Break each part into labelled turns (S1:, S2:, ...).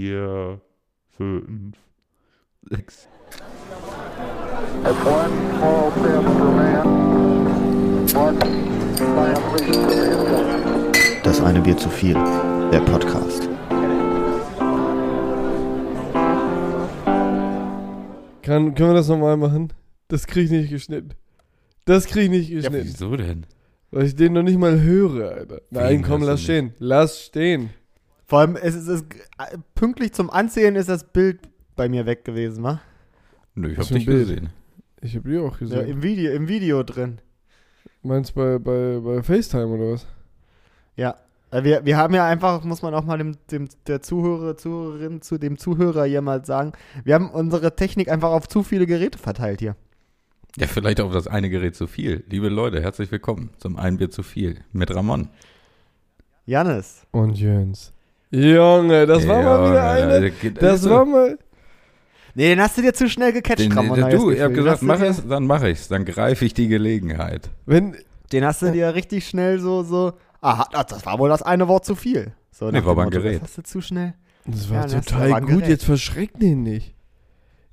S1: vier, fünf, sechs.
S2: That's one small step for man, one giant leap for mankind.
S3: Das eine Bier zu viel. Der Podcast.
S4: Kann, können wir das nochmal machen? Das krieg ich nicht geschnitten. Das krieg ich nicht geschnitten.
S1: Wieso denn?
S4: weil ich den noch nicht mal höre, Alter. Nein,
S1: Wen
S4: komm,
S1: hörst
S4: lass
S1: du
S4: stehen. Lass stehen.
S3: Vor allem, es ist, es, pünktlich zum Anziehen ist das Bild bei mir weg gewesen, wa?
S1: Nö, ich
S4: Was
S1: hab
S4: für ein
S1: dich
S4: Bild?
S1: gesehen.
S4: Ich hab die auch
S3: Ja,
S4: gesehen.
S3: im, Video, Im Video drin.
S4: Meinst du bei, bei, bei FaceTime oder was?
S3: Ja. Äh, Wir, wir haben ja einfach, muss man auch mal dem, dem, der Zuhörer, Zuhörerin, zu dem Zuhörer hier mal sagen, wir haben unsere Technik einfach auf zu viele Geräte verteilt hier.
S1: Ja, vielleicht auf das eine Gerät zu viel. Liebe Leute, herzlich willkommen zum Ein Bier zu viel mit Ramon.
S3: Janis.
S4: Und Jöns. Junge, das war mal wieder
S1: Ja,
S4: eine.
S1: da geht-
S4: Das war mal.
S3: Nee, den hast du dir zu schnell gecatcht,
S1: den,
S3: Ramon. hab ich das
S1: du, ich hab
S3: Gefühl. Den
S1: gesagt,
S3: hast du
S1: mach
S3: dir-
S1: es, dann mach ich's. Dann greife ich die Gelegenheit.
S4: Wenn.
S3: Den hast du dir richtig schnell so, so. Ah, ah, das war wohl das eine Wort zu viel. So,
S1: Nee,
S3: nach
S1: war
S3: dem
S1: aber ein
S3: Motto,
S1: Gerät.
S3: Das hast du zu schnell.
S4: Das war
S3: Ja, das war
S4: total
S3: ein
S4: gut.
S3: Gerät.
S4: Jetzt verschreck den nicht.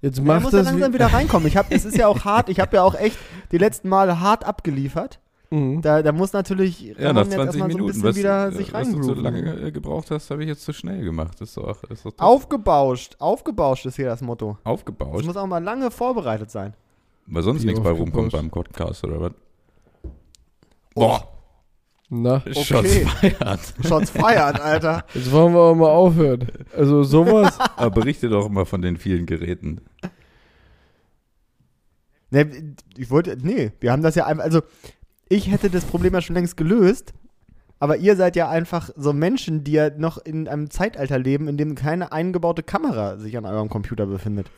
S4: Jetzt
S3: Man
S4: mach
S3: muss ja
S4: das.
S3: langsam
S4: wie-
S3: wieder reinkommen. Ich hab, es ist ja auch hart. Ich habe ja auch echt die letzten Male hart abgeliefert.
S4: Mhm.
S3: Da, da muss natürlich
S1: Ja,
S3: Ramon
S1: nach
S3: jetzt
S1: 20
S3: erstmal so ein
S1: Minuten.
S3: bisschen
S1: was,
S3: wieder
S1: äh,
S3: sich
S1: was du so
S3: reingrooven.
S1: lange äh, gebraucht hast, habe ich jetzt zu schnell gemacht. Das ist doch, das ist doch toll.
S3: Aufgebauscht, aufgebauscht ist hier das Motto. Es
S1: aufgebaut.
S3: muss auch mal lange vorbereitet sein.
S1: Weil sonst
S4: Wie
S1: nichts bei
S4: aufgebaut?
S1: rumkommt beim Podcast, oder was? Boah,
S4: Na,
S1: Shots feiert.
S3: Shots feiert, Alter.
S4: jetzt wollen wir auch mal aufhören. Also sowas.
S1: Aber berichte doch mal von den vielen Geräten.
S3: Ne, ich wollte, nee, wir haben das ja einfach, also ich hätte das Problem ja schon längst gelöst, aber ihr seid ja einfach so Menschen, die ja noch in einem Zeitalter leben, in dem keine eingebaute Kamera sich an eurem Computer befindet.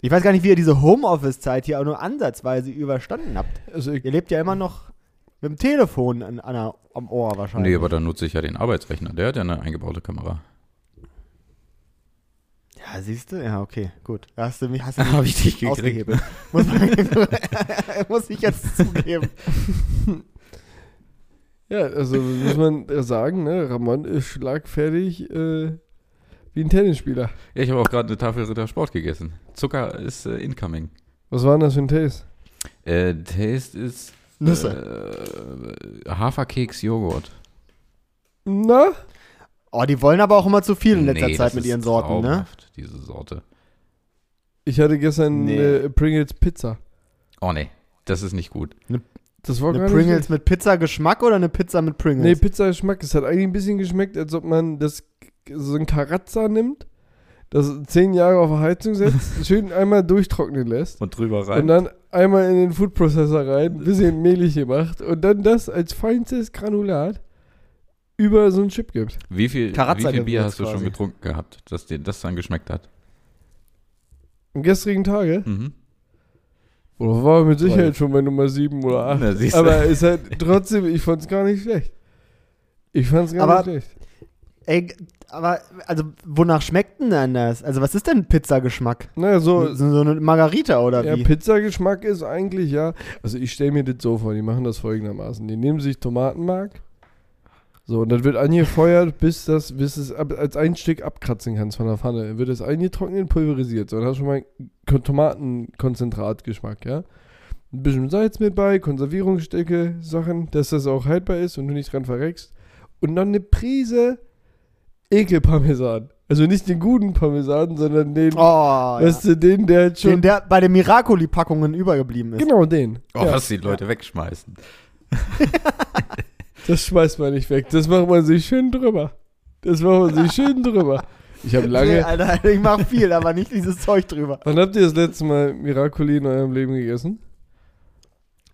S3: Ich weiß gar nicht, wie ihr diese Homeoffice-Zeit hier auch nur ansatzweise überstanden habt.
S4: Also ich,
S3: Ihr lebt ja immer noch mit dem Telefon an, an, der- am Ohr wahrscheinlich.
S1: Nee, aber dann nutze ich ja den Arbeitsrechner. Der hat ja eine eingebaute Kamera.
S3: Ja, siehst du? Ja, okay, gut. Da hast du mich, hast du mich
S1: Hab ich dich gekriegt.
S3: ausgehebelt. Muss, man, muss ich jetzt zugeben.
S4: ja, also muss man äh, sagen, ne? Ramon ist schlagfertig äh, wie ein Tennisspieler.
S1: Ja, ich habe auch gerade eine Tafel Ritter Sport gegessen. Zucker ist äh, incoming.
S4: Was war denn das für ein Taste?
S1: Äh, Taste ist
S3: Nüsse.
S1: äh, Haferkeks Joghurt.
S4: Na?
S3: Oh, die wollen aber auch immer zu viel in letzter
S1: Nee,
S3: Zeit
S1: das
S3: mit
S1: ist
S3: ihren Sorten, ne?
S1: traumhaft, Diese Sorte.
S4: Ich hatte gestern
S3: Nee.
S4: äh, Pringles Pizza.
S1: Oh nee, das ist nicht gut.
S4: Das war
S3: Eine
S4: gar
S3: Pringles
S4: nicht.
S3: mit Pizzageschmack oder eine Pizza mit
S4: schlecht. Nee,
S3: Pringles?
S4: Pizza-Geschmack. Es hat eigentlich ein bisschen geschmeckt, als ob man das so ein Karatza nimmt, das zehn Jahre auf der Heizung setzt, schön einmal durchtrocknen lässt
S1: Und drüber
S4: und dann einmal in den Food Processor rein, ein bisschen mehlig gemacht und dann das als feinstes Granulat über so einen Chip gibt.
S1: Wie viel, wie
S3: Karazza
S1: viel Bier
S3: gewürzt
S1: hast du schon
S3: quasi.
S1: getrunken gehabt, dass dir das dann geschmeckt hat?
S4: Am gestrigen Tage,
S1: Mhm.
S4: oder war mit
S3: Toll.
S4: Sicherheit schon bei Nummer 7 oder 8,
S1: Na, Ne, siehst du.
S4: aber es hat trotzdem, ich fand's gar nicht schlecht. Ich fand's gar
S3: Aber-
S4: nicht schlecht.
S3: Ey, g- aber, also, wonach schmeckt denn dann das? Also, was ist denn Pizzageschmack?
S4: Naja, so,
S3: So, so eine Margarita oder
S4: Ja,
S3: wie?
S4: Pizzageschmack ist eigentlich, ja. Also ich stelle mir das so vor, die machen das folgendermaßen. Die nehmen sich Tomatenmark. So, und dann wird angefeuert, bis das, bis es ab, als ein Stück abkratzen kannst von der Pfanne. Dann wird es eingetrocknet und pulverisiert. So, dann hast du schon mal Ko- Tomatenkonzentratgeschmack, ja. Ein bisschen Salz mit bei, Konservierungsstücke, Sachen, dass das auch haltbar ist und du nicht dran verreckst. Und dann eine Prise Ekelparmesan. Also nicht den guten Parmesan, sondern den,
S3: Oh, ja.
S4: weißt du, den, der jetzt schon
S3: den, der bei den Miracoli-Packungen übergeblieben ist.
S4: Genau den.
S1: Oh,
S4: ja,
S1: was die Leute wegschmeißen.
S4: das schmeißt man nicht weg. Das macht man sich schön drüber. Das macht man sich schön drüber. Ich habe
S3: Nee, also-
S4: lange.
S3: Alter, ich mach viel, aber nicht dieses Zeug drüber.
S4: Wann habt ihr das letzte Mal Miracoli in eurem Leben gegessen?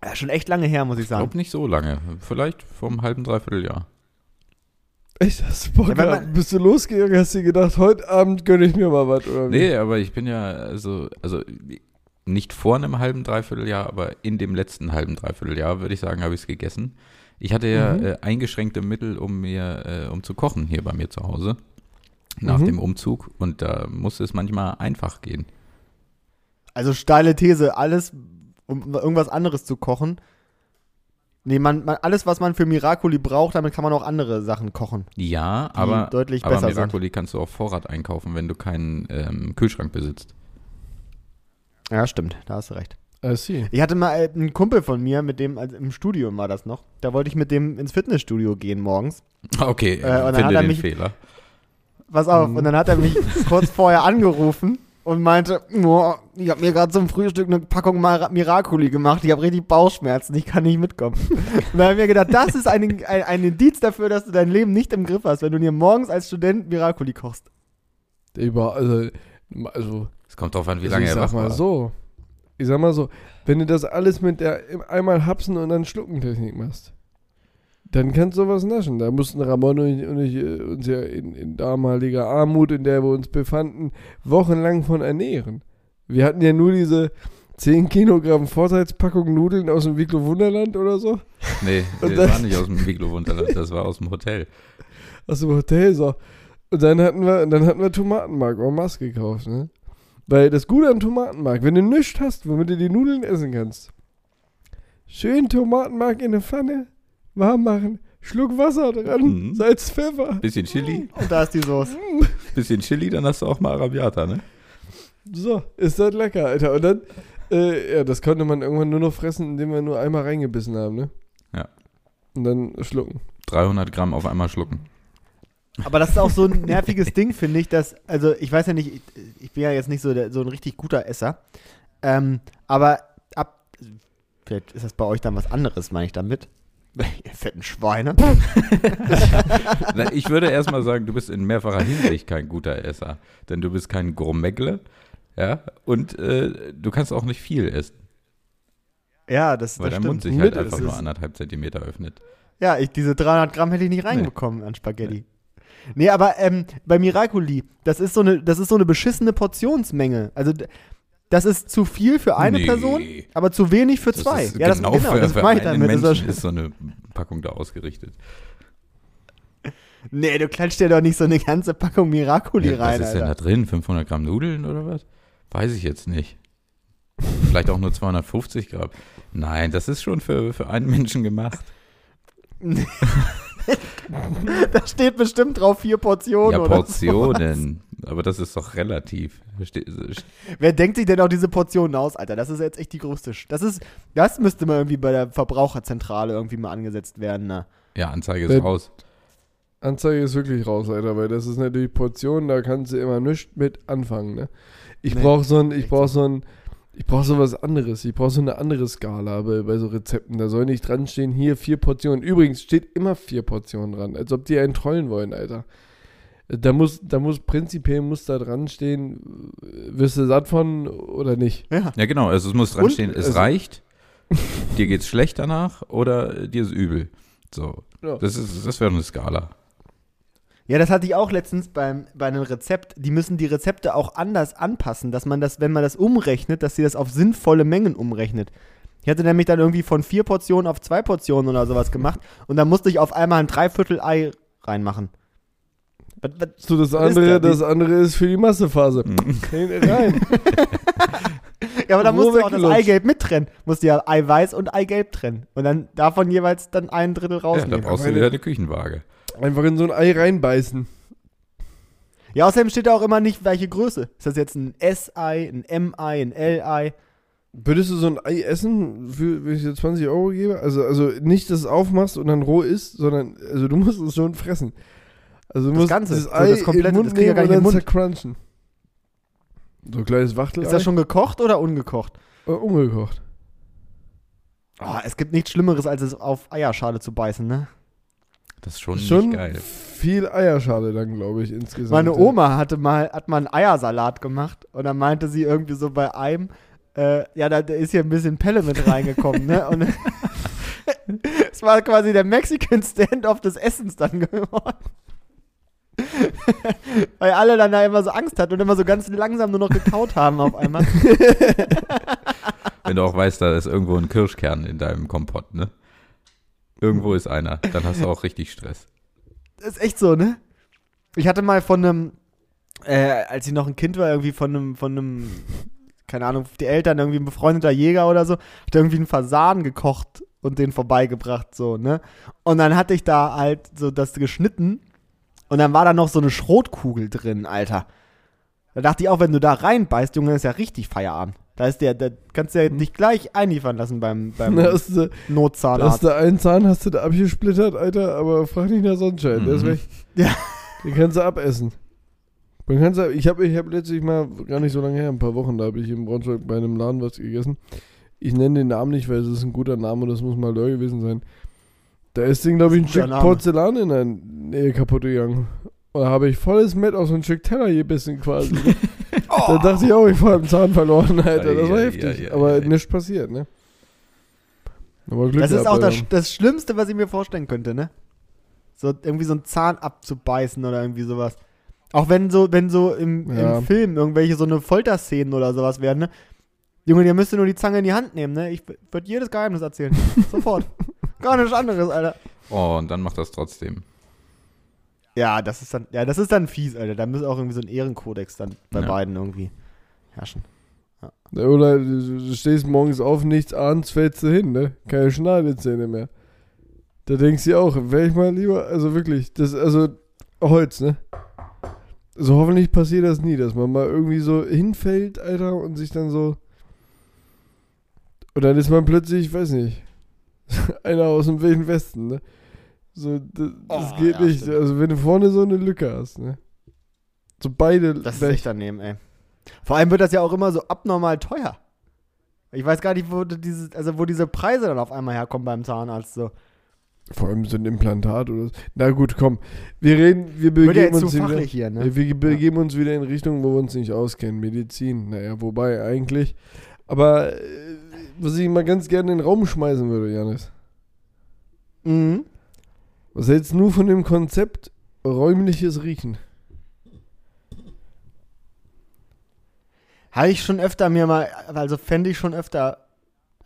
S3: Ja, schon echt lange her, muss ich
S1: Ich
S3: sagen.
S1: glaube nicht so lange. Vielleicht vom halben, dreiviertel Jahr.
S4: Echt, hast du Bock
S3: Ja, wenn
S4: gehabt?
S3: man-
S4: Bist du losgegangen, hast dir gedacht, heute Abend gönne ich mir mal was? Oder wie?
S1: Nee, aber ich bin ja, also, also nicht vor einem halben, dreiviertel Jahr, aber in dem letzten halben, dreiviertel Jahr, würde ich sagen, habe ich es gegessen. Ich hatte ja
S4: Mhm.
S1: äh, eingeschränkte Mittel, um mir, äh, um zu kochen hier bei mir zu Hause. Nach
S4: Mhm.
S1: dem Umzug. Und da musste es manchmal einfach gehen.
S3: Also, steile These, alles, um irgendwas anderes zu kochen, Nee, man, man, alles, was man für Miracoli braucht, damit kann man auch andere Sachen kochen.
S1: Ja, aber,
S3: deutlich
S1: aber
S3: besser sind.
S1: Miracoli kannst du auf Vorrat einkaufen, wenn du keinen ähm, Kühlschrank besitzt.
S3: Ja, stimmt, da hast du recht.
S4: I see.
S3: Ich hatte mal äh, einen Kumpel von mir, mit dem, also im Studium war das noch, da wollte ich mit dem ins Fitnessstudio gehen morgens.
S1: Okay,
S3: Äh, und dann
S1: finde
S3: hat er
S1: den
S3: mich-
S1: Fehler.
S3: Pass auf, und dann hat er mich kurz vorher angerufen und meinte, "Oh, ich habe mir gerade zum Frühstück eine Packung Mar Miracoli gemacht, ich habe richtig Bauchschmerzen, ich kann nicht mitkommen. und dann habe ich mir gedacht, das ist ein, ein, ein Indiz dafür, dass du dein Leben nicht im Griff hast, wenn du dir morgens als Student Miracoli kochst.
S4: Über, also, also,
S1: Es kommt drauf an, wie
S4: also
S1: lange
S4: ich
S1: er
S4: sag
S1: wach
S4: mal
S1: war.
S4: so. Ich sag mal so, wenn du das alles mit der im- einmal hapsen und dann schlucken Technik machst, dann kannst du was naschen. Da mussten Ramon und ich, und ich äh, uns ja in, in damaliger Armut, in der wir uns befanden, wochenlang von ernähren. Wir hatten ja nur diese 10 Kilogramm Vorteilspackung Nudeln aus dem Viklo Wunderland oder so.
S1: Nee,
S4: Und
S1: das
S4: das-
S1: war nicht aus dem Wiglo-Wunderland, das war aus dem Hotel.
S4: aus dem Hotel so. Und dann hatten wir, dann hatten wir Tomatenmark en masse gekauft, ne? Weil das Gute an Tomatenmark, wenn du nichts hast, womit du die Nudeln essen kannst, schön Tomatenmark in eine Pfanne, warm machen, Schluck Wasser dran,
S1: Mhm.
S4: Salz, Pfeffer.
S1: Bisschen Chili,
S3: Und da ist die Soße.
S1: bisschen Chili, dann hast du auch mal Arabiata, ne?
S4: So, ist das lecker, Alter. Und dann, äh, ja, das konnte man irgendwann nur noch fressen, indem wir nur einmal reingebissen haben, ne?
S1: Ja.
S4: Und dann schlucken.
S1: 300 Gramm auf einmal schlucken.
S3: Aber das ist auch so ein nerviges Ding, finde ich, dass, also ich weiß ja nicht, ich, ich bin ja jetzt nicht so, der, so ein richtig guter Esser, ähm, aber ab, vielleicht ist das bei euch dann was anderes, meine ich damit. Ihr fetten Schweine.
S1: Na, ich würde erstmal sagen, du bist in mehrfacher Hinsicht kein guter Esser, denn du bist kein Gourmetle, ja, und äh, du kannst auch nicht viel essen,
S3: Ja, das,
S1: weil
S3: das
S1: dein
S3: stimmt.
S1: Mund sich halt
S4: Mittel
S1: einfach
S4: ist
S1: nur
S4: es.
S1: anderthalb Zentimeter öffnet.
S3: Ja, ich, diese 300 Gramm hätte ich nicht reinbekommen an Spaghetti. Nee, aber ähm, bei Miracoli, das ist, so eine, das ist so eine beschissene Portionsmenge. Also d- das ist zu viel für eine
S1: Nee.
S3: Person, aber zu wenig für zwei.
S1: ist
S3: ja, das,
S1: genau,
S3: genau,
S1: für,
S3: das
S1: für
S3: meine ich
S1: einen
S3: damit. Das ist doch
S1: Menschen ist so eine Packung da ausgerichtet.
S3: Nee, du klatscht dir doch nicht so eine ganze Packung Miracoli
S1: Ja,
S3: rein,
S1: was ist denn da
S3: Alter.
S1: drin? 500 Gramm Nudeln oder was? Weiß ich jetzt nicht. Vielleicht auch nur 250 Gramm. Nein, das ist schon für, für einen Menschen gemacht.
S3: Da steht bestimmt drauf vier Portionen.
S1: ja,
S3: oder
S1: Portionen. Aber das ist doch relativ. äh, Ste-
S3: so. Wer denkt sich denn auch diese Portionen aus, Alter? Das ist jetzt echt die größte. Sch das ist, das müsste mal irgendwie bei der Verbraucherzentrale irgendwie mal angesetzt werden. Ne?
S1: Ja, Anzeige
S4: Äh,
S1: ist raus.
S4: Anzeige ist wirklich raus, Alter, weil das ist natürlich Portion, da kannst du immer nichts mit anfangen, ne? Ich
S3: Nee,
S4: brauch so ein, ich
S3: echt
S4: brauch so ein, ich brauch so was anderes, ich brauch so eine andere Skala bei, bei so Rezepten. Da soll nicht dran stehen, hier vier Portionen. Übrigens steht immer vier Portionen dran, als ob die einen trollen wollen, Alter. Da muss, da muss prinzipiell muss da dran stehen, äh, wirst du satt von oder nicht.
S3: Ja.
S1: Ja, genau. Also es muss dran
S4: Und,
S1: stehen, es
S4: also-
S1: reicht, dir geht's schlecht danach oder äh, dir ist übel. So.
S4: Ja.
S1: Das, ist, das wäre eine Skala.
S3: Ja, das hatte ich auch letztens beim, bei einem Rezept. Die müssen die Rezepte auch anders anpassen, dass man das, wenn man das umrechnet, dass sie das auf sinnvolle Mengen umrechnet. Ich hatte nämlich dann irgendwie von vier Portionen auf zwei Portionen oder sowas gemacht und dann musste ich auf einmal ein Dreiviertel Ei reinmachen. Was, was,
S4: So, das
S3: Was ist da? Mhm.
S4: andere,
S3: Die-
S4: das andere ist für die Massephase. Häng rein.
S3: Ja, aber da
S4: Wo
S3: musst du auch das
S4: weggelutscht?
S3: Eigelb mit trennen. Musst du ja Eiweiß und Eigelb trennen. Und dann davon jeweils dann ein Drittel
S1: Ja, da
S3: rausnehmen. Ja,
S1: brauchst du
S4: Meine-
S1: wieder eine Küchenwaage.
S4: Einfach in so ein Ei reinbeißen.
S3: außerdem steht da auch immer nicht, welche Größe. Ist das jetzt ein S-Ei, ein M-Ei, ein L-Ei?
S4: Würdest du so ein Ei essen, für, wenn ich dir 20 Euro gebe? Also, also nicht, dass du es aufmachst und dann roh isst, sondern also du musst es schon fressen. Also du
S3: Das
S4: musst
S3: Ganze,
S4: das
S3: so
S4: Ei
S3: das komplette, das
S4: in den Mund
S3: kriegt ja
S4: nehmen
S3: gar
S4: und
S3: nicht
S4: dann
S3: in den
S4: zercrunchen. So ein kleines Wachtel
S3: Ist das schon gekocht oder ungekocht?
S4: äh, umgekocht.
S3: Oh, es gibt nichts Schlimmeres, als es auf Eierschale zu beißen, ne?
S1: Das ist schon,
S4: schon
S1: nicht geil.
S4: viel Eierschale dann, glaube ich, insgesamt.
S3: Meine Oma hatte mal, hat mal einen Eiersalat gemacht und dann meinte sie irgendwie so bei einem, äh, ja, da, da ist hier ein bisschen Pelle mit reingekommen, ne? Und es war quasi der Mexican Standoff des Essens dann geworden. Weil alle dann da immer so Angst hatten und immer so ganz langsam nur noch gekaut haben auf einmal.
S1: Wenn du auch weißt, da ist irgendwo ein Kirschkern in deinem Kompott, ne? Irgendwo ist einer. Dann hast du auch richtig Stress.
S3: Das ist echt so, ne? Ich hatte mal von einem, äh, als ich noch ein Kind war, irgendwie von einem, von einem, keine Ahnung, die Eltern, irgendwie ein befreundeter Jäger oder so, hat irgendwie einen Fasan gekocht und den vorbeigebracht, so, ne? Und dann hatte ich da halt so das geschnitten und dann war da noch so eine Schrotkugel drin, Alter. Da dachte ich auch, wenn du da reinbeißt, Junge, ist ja richtig Feierabend. Da ist der, da kannst du ja dich gleich einliefern lassen beim, beim
S4: Da hast du, da hast
S3: Notzahnarzt.
S4: du einen Zahn, hast du da abgesplittert, Alter, aber frag nicht nach Sonnenschein, der ist
S1: Mhm.
S4: weg.
S3: Ja.
S4: Den kannst du abessen. Den kannst du, ich habe ich hab letztlich mal, gar nicht so lange her, ein paar Wochen, da habe ich in Braunschweig bei einem Laden was gegessen. Ich nenne den Namen nicht, weil es ist ein guter Name und das muss mal Lör gewesen sein. Da ist denen, glaube ich, ein
S3: Guter
S4: Stück
S3: Name.
S4: Porzellan in der Nähe kaputt gegangen. Und da habe ich volles Met auf so ein Stück Teller gebissen quasi. Da dachte ich auch, ich war im Zahn verloren, Alter. Das war
S1: Ei, ei,
S4: heftig.
S1: ei, ei,
S4: aber
S1: ei.
S4: nichts passiert, ne? Aber Glück
S3: Das ist
S4: gehabt,
S3: auch das,
S4: Alter.
S3: das Schlimmste, was ich mir vorstellen könnte, ne? So irgendwie so einen Zahn abzubeißen oder irgendwie sowas. Auch wenn so, wenn so im,
S4: Ja.
S3: im Film irgendwelche so eine Folterszenen oder sowas werden, ne? Junge, ihr müsst nur die Zange in die Hand nehmen, ne? Ich würde jedes Geheimnis erzählen. Sofort. Gar nichts anderes, Alter.
S1: Oh, und dann macht das trotzdem.
S3: Ja, das ist dann, ja, das ist dann fies, Alter. Da muss auch irgendwie so ein Ehrenkodex dann bei
S1: Ja.
S3: beiden irgendwie herrschen.
S4: Oder du du stehst morgens auf, nichts ahnst, fällst du hin, ne? Keine Schneidezähne mehr. Da denkst du dir auch, wär ich mal lieber, also wirklich, das, also Holz, ne? Also hoffentlich passiert das nie, dass man mal irgendwie so hinfällt, Alter, und sich dann so. Und dann ist man plötzlich, ich weiß nicht, einer aus dem Wilden Westen, ne? So, das, das
S3: Oh,
S4: geht
S3: ja,
S4: nicht.
S3: stimmt.
S4: Also wenn du vorne so eine Lücke hast, ne? So beide
S3: Das ist
S4: weg.
S3: echt daneben, ey. Vor allem wird das ja auch immer so abnormal teuer. Ich weiß gar nicht, wo du diese, also wo diese Preise dann auf einmal herkommen beim Zahnarzt. So.
S4: Vor allem so ein Implantat oder so. Na gut, komm. Wir reden, wir
S3: Wird ja
S4: begeben
S3: jetzt zu
S4: uns wieder.
S3: fachlich hier, ne?
S4: Ja, wir begeben uns wieder in Richtungen, wo wir uns nicht auskennen. Medizin, naja, wobei eigentlich. Aber äh, was ich mal ganz gerne in den Raum schmeißen würde, Janis.
S3: Mhm.
S4: Was hältst du nur von dem Konzept räumliches Riechen?
S3: Habe ich schon öfter mir mal, also fände ich schon öfter,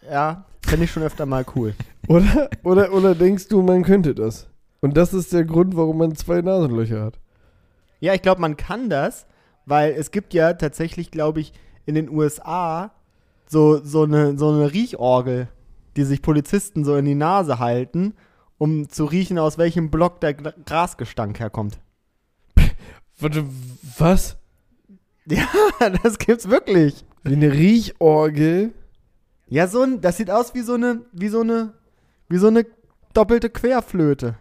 S3: ja, fände ich schon öfter mal cool.
S4: Oder, oder, oder denkst du, man könnte das? Und das ist der Grund, warum man zwei Nasenlöcher hat.
S3: Ja, ich glaube, man kann das, weil es gibt ja tatsächlich, glaube ich, in den USA so, so, eine, so eine Riechorgel, die sich Polizisten so in die Nase halten, um zu riechen, aus welchem Block der Gla- Grasgestank herkommt.
S4: Warte, was?
S3: das gibt's wirklich.
S4: Wie eine Riechorgel?
S3: Ja, so ein, das sieht aus wie so eine, wie so eine, wie so eine doppelte Querflöte.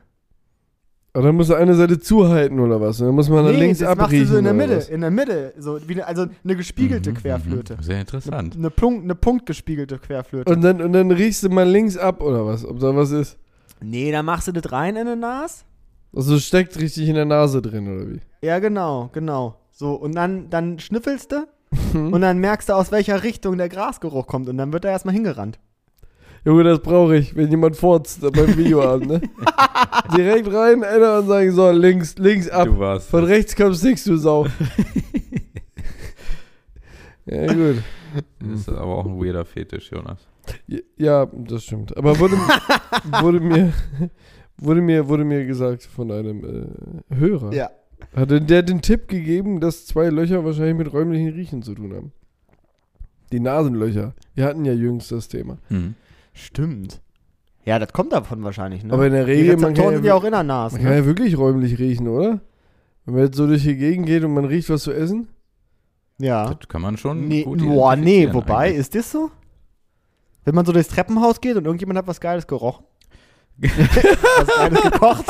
S4: Aber dann muss er eine Seite zuhalten oder was? Und dann muss man dann links
S3: das
S4: abriechen.
S3: machst du so in der
S4: oder
S3: Mitte,
S4: was?
S3: in der Mitte, so wie, eine- also eine gespiegelte
S1: Mhm,
S3: Querflöte.
S1: mhm. Sehr interessant.
S3: Eine, Plunk, eine punktgespiegelte Querflöte.
S4: Und dann, und dann riechst du mal links ab oder was? Ob da was ist?
S3: nee, da machst du das rein in den Nas.
S4: Also es steckt richtig in der Nase drin oder wie?
S3: Ja, genau, genau. So, und dann, dann schnüffelst du
S4: Mhm.
S3: und dann merkst du, aus welcher Richtung der Grasgeruch kommt und dann wird er erstmal hingerannt.
S4: Junge, das brauche ich, wenn jemand furzt beim Videoabend, ne? Direkt rein, Alter, und sagen, so, links, links ab.
S1: Du warst.
S4: Von rechts kommst nix, du Sau. ja, gut.
S1: Das ist aber auch ein weirder Fetisch, Jonas.
S4: Ja, das stimmt. Aber wurde, wurde, mir, wurde, mir, wurde mir gesagt von einem äh, Hörer.
S3: Ja.
S4: Hat denn der den Tipp gegeben, dass zwei Löcher wahrscheinlich mit räumlichen Riechen zu tun haben? Die Nasenlöcher. Wir hatten ja jüngst das Thema.
S3: Stimmt. Ja, das kommt davon wahrscheinlich, ne?
S4: Aber in der
S3: die
S4: Regel, man
S3: Rezeptoren
S4: kann,
S3: sind ja
S4: ja,
S3: auch in der Nase.
S4: man
S3: Ne?
S4: kann ja wirklich räumlich riechen, oder? Wenn man jetzt so durch die Gegend geht und man riecht was zu essen?
S3: ne? Ja.
S1: Das kann man schon
S3: Ah. Nee,
S1: gut
S3: boah, nee,
S1: identifizieren
S3: wobei,
S1: eigentlich.
S3: ist das so? Wenn man so durchs Treppenhaus geht und irgendjemand hat was Geiles gerochen? was Geiles gekocht?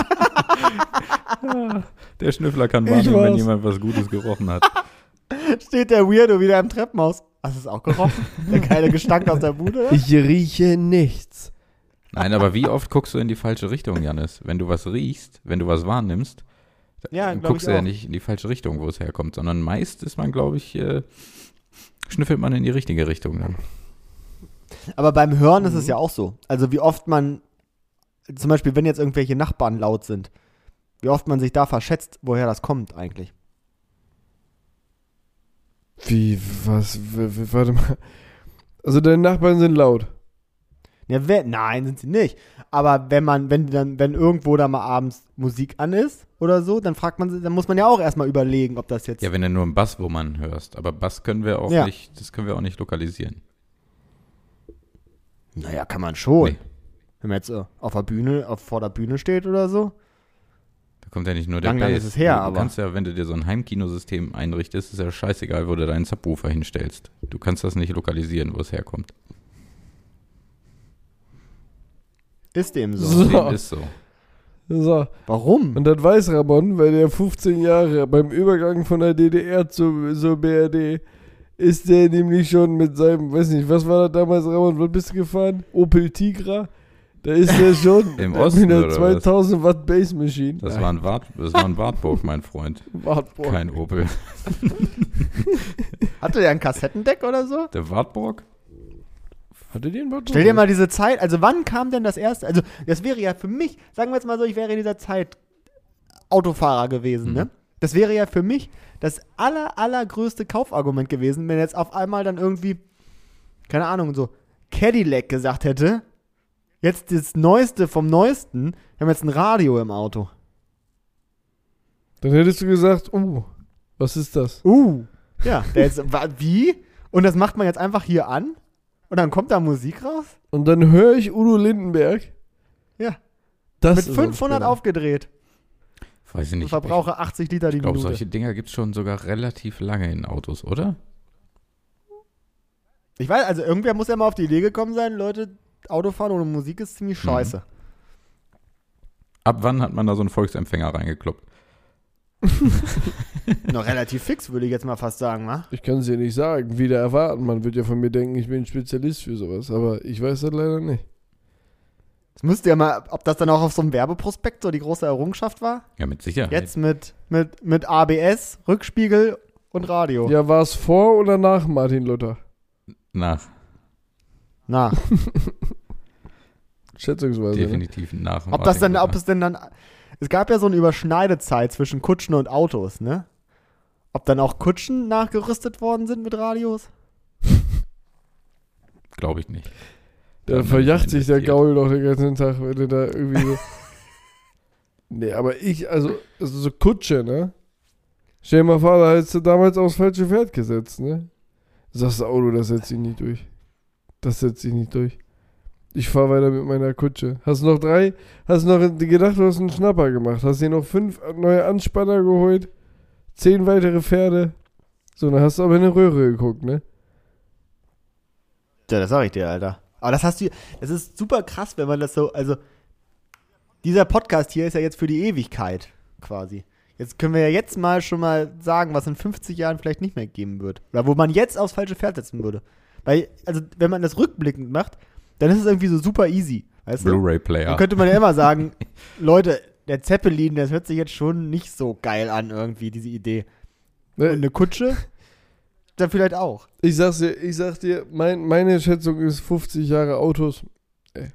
S1: Der Schnüffler kann
S4: Ich
S1: warnen, wenn
S4: war's.
S1: jemand was Gutes gerochen hat.
S3: Steht der Weirdo wieder im Treppenhaus. Hast du es auch gerochen? Der geile Gestank aus der Bude? oder?
S4: Ich rieche nichts.
S1: Nein, aber wie oft guckst du in die falsche Richtung, Janis? Wenn du was riechst, wenn du was wahrnimmst,
S3: Ja,
S1: dann
S3: glaub
S1: guckst
S3: ich
S1: du ja
S3: auch.
S1: nicht in die falsche Richtung, wo es herkommt, sondern meist ist man, glaube ich, äh, schnüffelt man in die richtige Richtung dann.
S3: Aber beim Hören ist es
S1: Mhm.
S3: ja auch so. Also wie oft man, zum Beispiel, wenn jetzt irgendwelche Nachbarn laut sind, wie oft man sich da verschätzt, woher das kommt eigentlich.
S4: Wie, was, w- w- warte mal. Also deine Nachbarn sind laut.
S3: Ja, wer, nein, sind sie nicht. Aber wenn man, wenn die dann, wenn irgendwo da mal abends Musik an ist oder so, dann fragt man sie, dann muss man ja auch erstmal überlegen, ob das jetzt.
S1: Ja, wenn du nur einen Bass, wo man hörst. Aber Bass können wir auch
S3: Ja.
S1: nicht, das können wir auch nicht lokalisieren.
S3: Naja, kann man schon.
S1: Nee.
S3: Wenn man jetzt äh, auf der Bühne, auf, vor der Bühne steht oder so.
S1: Da kommt ja nicht nur der
S3: Lang, lang
S1: Bass.
S3: ist es her,
S1: du, du
S3: aber-
S1: kannst ja, wenn du dir so ein Heimkinosystem einrichtest, ist ja scheißegal, wo du deinen Subwoofer hinstellst. Du kannst das nicht lokalisieren, wo es herkommt.
S3: Ist dem so.
S4: So.
S1: Dem ist so.
S4: So,
S3: Warum?
S4: und das weiß Ramon, weil der 15 Jahre beim Übergang von der DDR zur, zur BRD ist der nämlich schon mit seinem, weiß nicht, was war das damals, Ramon, was bist du gefahren? Opel Tigra? Da ist der schon
S1: Im
S4: mit
S1: Osten,
S4: einer
S1: oder was?
S4: 2000 Watt Bass Machine.
S1: Das
S4: Nein,
S1: war, ein Wart, das war ein Wartburg, mein Freund.
S4: Wartburg.
S1: Kein Opel.
S3: Hatte der ein Kassettendeck oder so?
S1: Der Wartburg?
S4: Hatte den Wartburg?
S3: Stell dir mal diese Zeit, also wann kam denn das erste? Also, das wäre ja für mich, sagen wir jetzt mal so, ich wäre in dieser Zeit Autofahrer gewesen, ne? Das wäre ja für mich das aller, allergrößte Kaufargument gewesen, wenn jetzt auf einmal dann irgendwie, keine Ahnung, so Cadillac gesagt hätte, jetzt das Neueste vom Neuesten, wir haben jetzt ein Radio im Auto.
S4: Dann hättest du gesagt, oh, was ist das?
S3: Uh. Ja, der jetzt, wa- wie? Und das macht man jetzt einfach hier an? Und dann kommt da Musik raus?
S4: Und dann höre ich Udo Lindenberg.
S3: Ja.
S4: Das
S3: Mit
S4: ist genau. ein
S3: 500
S4: Spinner.
S3: aufgedreht.
S1: Weiß ich
S3: Ich
S1: nicht.
S3: verbrauche 80 Liter die
S1: Ich glaube,
S3: Minute.
S1: solche Dinger gibt es schon sogar relativ lange in Autos, oder?
S3: Ich weiß, also irgendwer muss ja mal auf die Idee gekommen sein, Leute, Autofahren ohne Musik ist
S1: Mhm.
S3: ziemlich scheiße.
S1: Ab wann hat man da so einen Volksempfänger reingekloppt?
S3: Noch relativ fix, würde ich jetzt mal fast sagen, wa?
S4: Ich kann es dir nicht sagen, wieder erwarten. Man wird ja von mir denken, ich bin ein Spezialist für sowas, aber ich weiß das leider nicht.
S3: Das müsste ja mal, ob das dann auch auf so einem Werbeprospekt so die große Errungenschaft war.
S1: Ja, mit Sicherheit.
S3: Jetzt mit, mit, mit ABS, Rückspiegel und Radio.
S4: Ja, war es vor oder nach Martin Luther?
S1: Nach.
S3: Na,
S4: Schätzungsweise. ne?
S1: Definitiv nach.
S3: Also, ob das
S1: Martin
S3: denn, ob
S1: Luther.
S3: das denn dann. Es gab ja so eine Überschneidezeit zwischen Kutschen und Autos, ne? Ob dann auch Kutschen nachgerüstet worden sind mit Radios?
S1: Glaube ne? ich nicht.
S4: Da
S1: Dann
S4: verjacht sich der
S1: investiert.
S4: Gaul doch den ganzen Tag, wenn du da irgendwie so. nee, aber ich, also, also so Kutsche, ne? Stell dir mal vor, da hättest du damals aufs falsche Pferd gesetzt, ne? Sagst du, Auto, das setzt sich nicht durch. Das setzt sich nicht durch. Ich fahr weiter mit meiner Kutsche. Hast noch drei, hast noch gedacht, du hast einen Schnapper gemacht. Hast dir noch fünf neue Anspanner geholt, zehn weitere Pferde. So, dann hast du aber in eine Röhre geguckt, ne?
S3: Ja, das sag ich dir, Alter. Aber das hast du, das ist super krass, wenn man das so, also dieser Podcast hier ist ja jetzt für die Ewigkeit quasi. Jetzt können wir ja jetzt mal schon mal sagen, was in 50 Jahren vielleicht nicht mehr geben wird. Oder wo man jetzt aufs falsche Pferd setzen würde. Weil, also wenn man das rückblickend macht, dann ist es irgendwie so super easy. Weißt du? Dann
S1: Blu-ray-Player.
S3: könnte man ja immer sagen, Leute, der Zeppelin, das hört sich jetzt schon nicht so geil an irgendwie, diese Idee. Und
S4: Ne,
S3: eine Kutsche, dann vielleicht auch.
S4: Ich sag's dir, ich sag dir mein, meine Schätzung ist 50 Jahre Autos. Ey.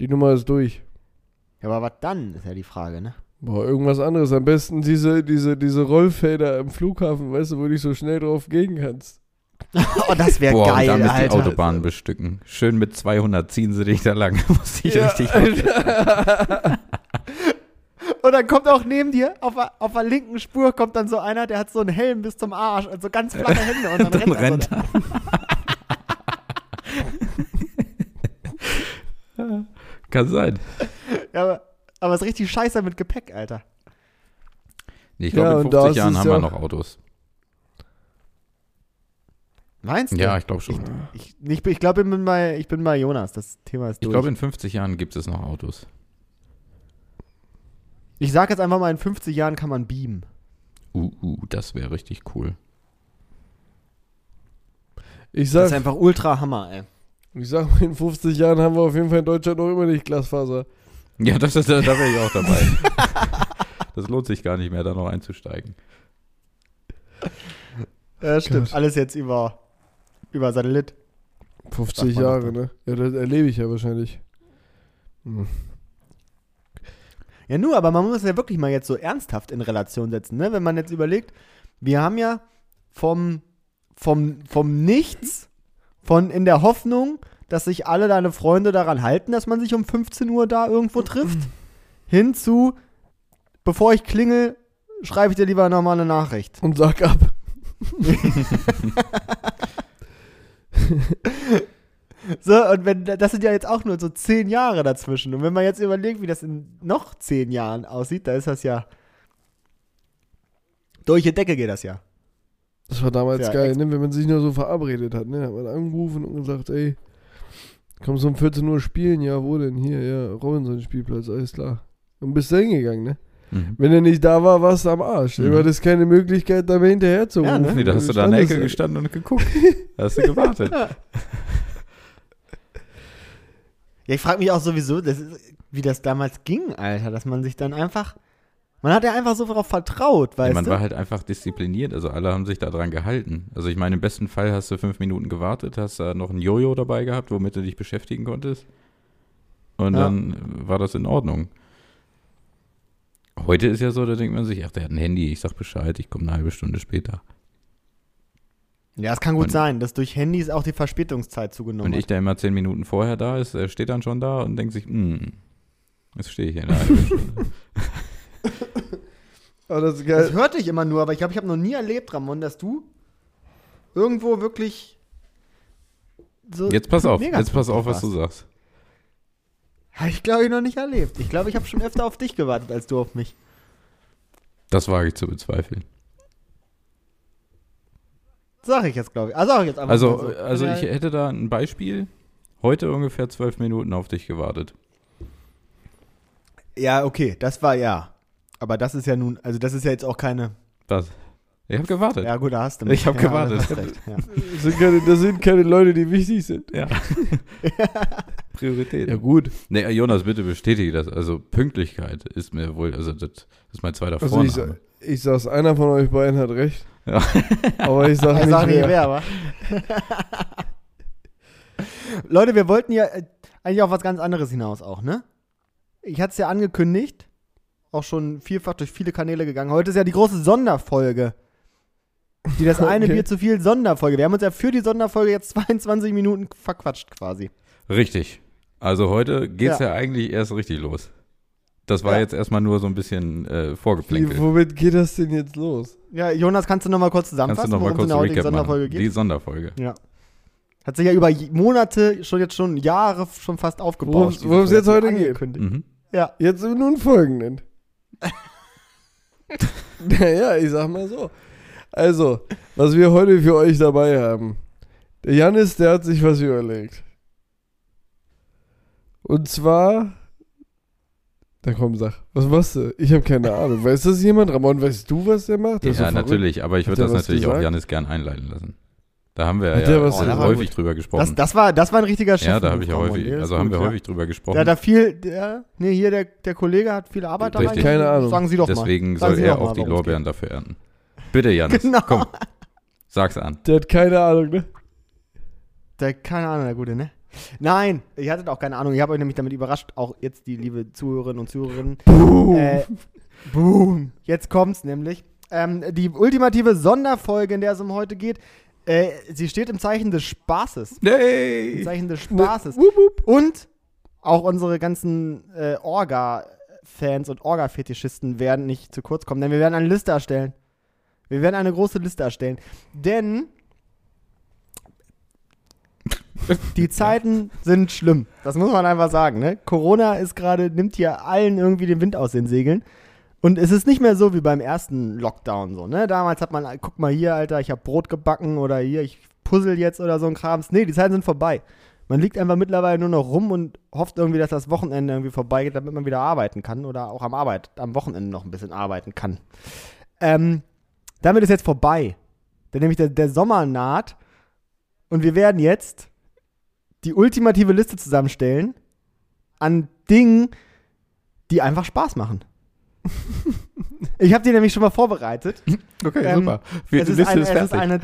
S4: Die Nummer ist durch.
S3: Ja, aber was dann, ist ja die Frage, ne?
S4: Boah, irgendwas anderes. Am besten diese, diese, diese Rollfelder im Flughafen, weißt du, wo du nicht so schnell drauf gehen kannst.
S3: Oh, das wäre
S1: Boah,
S3: geil,
S1: und damit
S3: Alter.
S1: die Autobahnen bestücken. Schön mit 200 ziehen sie dich da lang. Da Muss ich richtig
S3: Und dann kommt auch neben dir, auf, der- auf der linken Spur, kommt dann so einer, der hat so einen Helm bis zum Arsch und so ganz flache Hände. Und dann,
S1: dann
S3: rennt
S1: rennt.
S3: er.
S1: Kann sein.
S3: So. Ja, aber, aber ist richtig scheiße mit Gepäck, Alter.
S1: Nee, Ich glaube,
S4: Ja,
S1: in
S4: und da
S1: 50
S4: ist
S1: Jahren
S4: es
S1: haben
S4: ja-
S1: wir noch Autos.
S3: Meinst du?
S1: Ja, ich glaube schon.
S3: Ich, ich, ich glaube, ich, bin bei- ich bin bei Jonas. Das Thema ist
S1: Ich
S3: durch.
S1: glaube, in 50 Jahren gibt es noch Autos.
S3: ich sag jetzt einfach mal, in 50 Jahren kann man beamen.
S1: Uh, uh das wäre richtig cool.
S4: Ich
S3: Das ist
S4: sag,
S3: einfach ultra Hammer, ey.
S4: ich sag, in 50 Jahren haben wir auf jeden Fall in Deutschland noch immer nicht Glasfaser.
S1: Ja, das ist, da wäre ich auch dabei. das lohnt sich gar nicht mehr, da noch einzusteigen.
S3: Ja, stimmt.
S4: Gott.
S3: Alles jetzt über, über Satellit. Sag
S4: 50
S3: mal
S4: Jahre,
S3: das
S4: ne? Ja, das erlebe ich ja wahrscheinlich. Hm.
S3: Ja, nur, aber man muss es ja wirklich mal jetzt so ernsthaft in Relation setzen, ne? Wenn man jetzt überlegt, wir haben ja vom, vom, vom Nichts, von in der Hoffnung, dass sich alle deine Freunde daran halten, dass man sich um 15 Uhr da irgendwo trifft, hin zu, bevor ich klingel, schreibe ich dir lieber nochmal eine Nachricht.
S4: Und sag ab.
S3: So, und wenn, das sind ja jetzt auch nur so zehn Jahre dazwischen. Und wenn man jetzt überlegt, wie das in noch zehn Jahren aussieht, da ist das ja. Durch die Decke geht das ja.
S4: Das war damals
S3: Ja,
S4: geil,
S3: ex-
S4: ne? wenn man sich nur so verabredet hat. Ne? Da hat man angerufen und gesagt, ey, kommst du um 14 Uhr spielen? Ja, wo denn? Hier, ja, Robinson-Spielplatz, alles klar. Und bist da hingegangen, ne?
S1: Mhm.
S4: Wenn er nicht da war, warst du am Arsch.
S1: Mhm.
S4: Du hattest keine Möglichkeit, da mehr hinterher zu
S3: Ja,
S4: rufen.
S3: ne?
S1: Nee, da hast du da in der Ecke gestanden und geguckt. Da hast du gewartet.
S3: Ja, ich frage mich auch sowieso, das ist, wie das damals ging, Alter, dass man sich dann einfach. Man hat ja einfach so darauf vertraut, weißt
S1: Nee, man
S3: du?
S1: war halt einfach diszipliniert, also alle haben sich daran gehalten. Also ich meine, im besten Fall hast du fünf Minuten gewartet, hast da noch ein Jojo dabei gehabt, womit du dich beschäftigen konntest. Und
S3: Ja.
S1: dann war das in Ordnung. Heute ist ja so, da denkt man sich, ach, der hat ein Handy, ich sag Bescheid, ich komme eine halbe Stunde später.
S3: ja, es kann gut
S1: Und-
S3: sein, dass durch Handys auch die Verspätungszeit zugenommen
S1: Und ich,
S3: hat.
S1: der immer zehn Minuten vorher da ist, der steht dann schon da und denkt sich, hm, jetzt stehe ich hier eine halbe Stunde.
S4: Aber das ist
S3: Das
S4: geil.
S3: hörte ich immer nur, aber ich glaube, ich habe noch nie erlebt, Ramon, dass du irgendwo wirklich. So
S1: Jetzt pass auf,
S3: mega
S1: jetzt pass auf, was
S3: warst.
S1: du sagst.
S3: Habe ich, glaube ich, noch nicht erlebt. Ich glaube, ich habe schon öfter auf dich gewartet, als du auf mich.
S1: Das wage ich zu bezweifeln.
S3: Sag ich jetzt, glaube ich. Ah, sag ich jetzt einfach
S1: Also,
S3: mal so.
S1: also
S3: ja,
S1: ich hätte da ein Beispiel. Heute ungefähr zwölf Minuten auf dich gewartet.
S3: Ja, okay, das war ja. Aber das ist ja nun, also das ist ja jetzt auch keine.
S1: Was? Ich habe gewartet.
S3: Ja, gut, da hast du
S1: Ich hab
S3: ja,
S1: gewartet.
S3: das hast recht, ja.
S4: Das sind, keine, das sind keine Leute, die wichtig sind.
S1: Ja. Priorität.
S4: Ja, gut.
S1: Nee, Jonas, bitte bestätige das. Also Pünktlichkeit ist mir wohl, also das ist mein zweiter
S4: Also ich, sa-
S1: Vorname.
S4: ich sag's, einer von euch beiden hat recht.
S1: Ja.
S4: Aber ich sag
S3: Ich
S4: nicht,
S3: sag nicht
S4: wer.
S3: wer, aber. Leute, wir wollten ja äh, eigentlich auf was ganz anderes hinaus auch, ne? Ich hatte es ja angekündigt, auch schon vielfach durch viele Kanäle gegangen. Heute ist ja die große Sonderfolge. Die das eine
S4: Okay.
S3: Bier zu viel Sonderfolge. Wir haben uns ja für die Sonderfolge jetzt 22 Minuten verquatscht quasi.
S1: Richtig. Also heute geht's
S3: Ja.
S1: ja. eigentlich erst richtig los. Das war
S3: Ja.
S1: jetzt erstmal nur so ein bisschen äh,
S4: Wie,
S1: vorgeplänkelt.
S4: womit geht das denn jetzt los?
S3: Ja, Jonas, kannst du nochmal kurz
S1: Kannst du
S3: zusammenfassen,
S1: nochmal
S3: worum es in
S1: kurz
S3: der
S1: einen
S3: heutigen
S1: Recap
S3: Sonderfolge
S1: machen? Die
S3: geht?
S1: Sonderfolge.
S3: Ja. Hat sich ja über je- Monate, schon jetzt schon Jahre, schon fast aufgebaut.
S4: Worum's- worum's jetzt heute geht?
S1: Mhm.
S3: Ja.
S4: Jetzt im nun folgenden. naja, ich sag mal so. Also, was wir heute für euch dabei haben. Der Janis, der hat sich was überlegt. Und zwar. Da komm, sag. Was machst du? Ich habe keine Ahnung. Weiß das jemand? Ramon, weißt du, was der macht? Der ist
S1: Ja,
S4: doch verrückt.
S1: natürlich, aber ich
S4: Hat
S1: würde
S4: er
S1: das
S4: was
S1: natürlich auch
S4: gesagt?
S1: Janis gern einleiten lassen. Da haben wir
S4: Hat
S1: ja
S4: der was
S1: äh,
S3: gesagt?
S1: häufig drüber
S3: Das,
S1: gesprochen.
S3: das, war, das war ein richtiger Schiff.
S1: ja, da habe ich ja häufig, also haben wir
S3: ja.
S1: häufig drüber gesprochen.
S3: Ja, da viel, der, nee, hier der, der Kollege hat viel Arbeit
S1: Richtig.
S3: reingegeben.
S4: Keine Ahnung.
S3: Sagen Sie doch
S1: Deswegen
S3: mal.
S1: soll
S3: Sagen Sie
S1: er
S3: doch mal,
S1: auch die
S3: worum's
S1: Lorbeeren dafür ernten. Bitte, Janis,
S3: Genau.
S1: komm. Sag's an.
S4: Der hat keine Ahnung, ne?
S3: Äh, geht. Der, keine Ahnung, der Gute, ne? Nein, ihr hattet auch keine Ahnung. Ich habe euch nämlich damit überrascht, auch jetzt die liebe Zuhörerinnen und Zuhörerinnen. Boom! Äh, boom! Jetzt kommt's nämlich. Ähm, die ultimative Sonderfolge, in der es um heute geht, äh, sie steht im Zeichen des Spaßes. Im
S1: Yay!
S3: Zeichen des Spaßes.
S4: Wup, wup.
S3: Und auch unsere ganzen äh, Orga-Fans und Orga-Fetischisten werden nicht zu kurz kommen, denn wir werden eine Liste erstellen. Wir werden eine große Liste erstellen. Denn die Zeiten sind schlimm. Das muss man einfach sagen. Ne? Corona ist gerade, nimmt hier allen irgendwie den Wind aus den Segeln. Und es ist nicht mehr so wie beim ersten Lockdown so, ne? Damals hat man, guck mal hier, Alter, ich habe Brot gebacken oder hier, ich puzzle jetzt oder so ein Krams. Nee, die Zeiten sind vorbei. Man liegt einfach mittlerweile nur noch rum und hofft irgendwie, dass das Wochenende irgendwie vorbeigeht, damit man wieder arbeiten kann oder auch am Arbeit, am Wochenende noch ein bisschen arbeiten kann. Ähm, damit ist jetzt vorbei. Denn nämlich der, der Sommer naht und wir werden jetzt die ultimative Liste zusammenstellen an Dingen, die einfach Spaß machen. ich habe die nämlich schon mal vorbereitet
S1: Okay,
S3: Ähm,
S1: super. Die
S3: es ist,
S1: Liste
S3: eine,
S1: ist
S3: es ist
S1: fertig.
S3: eine.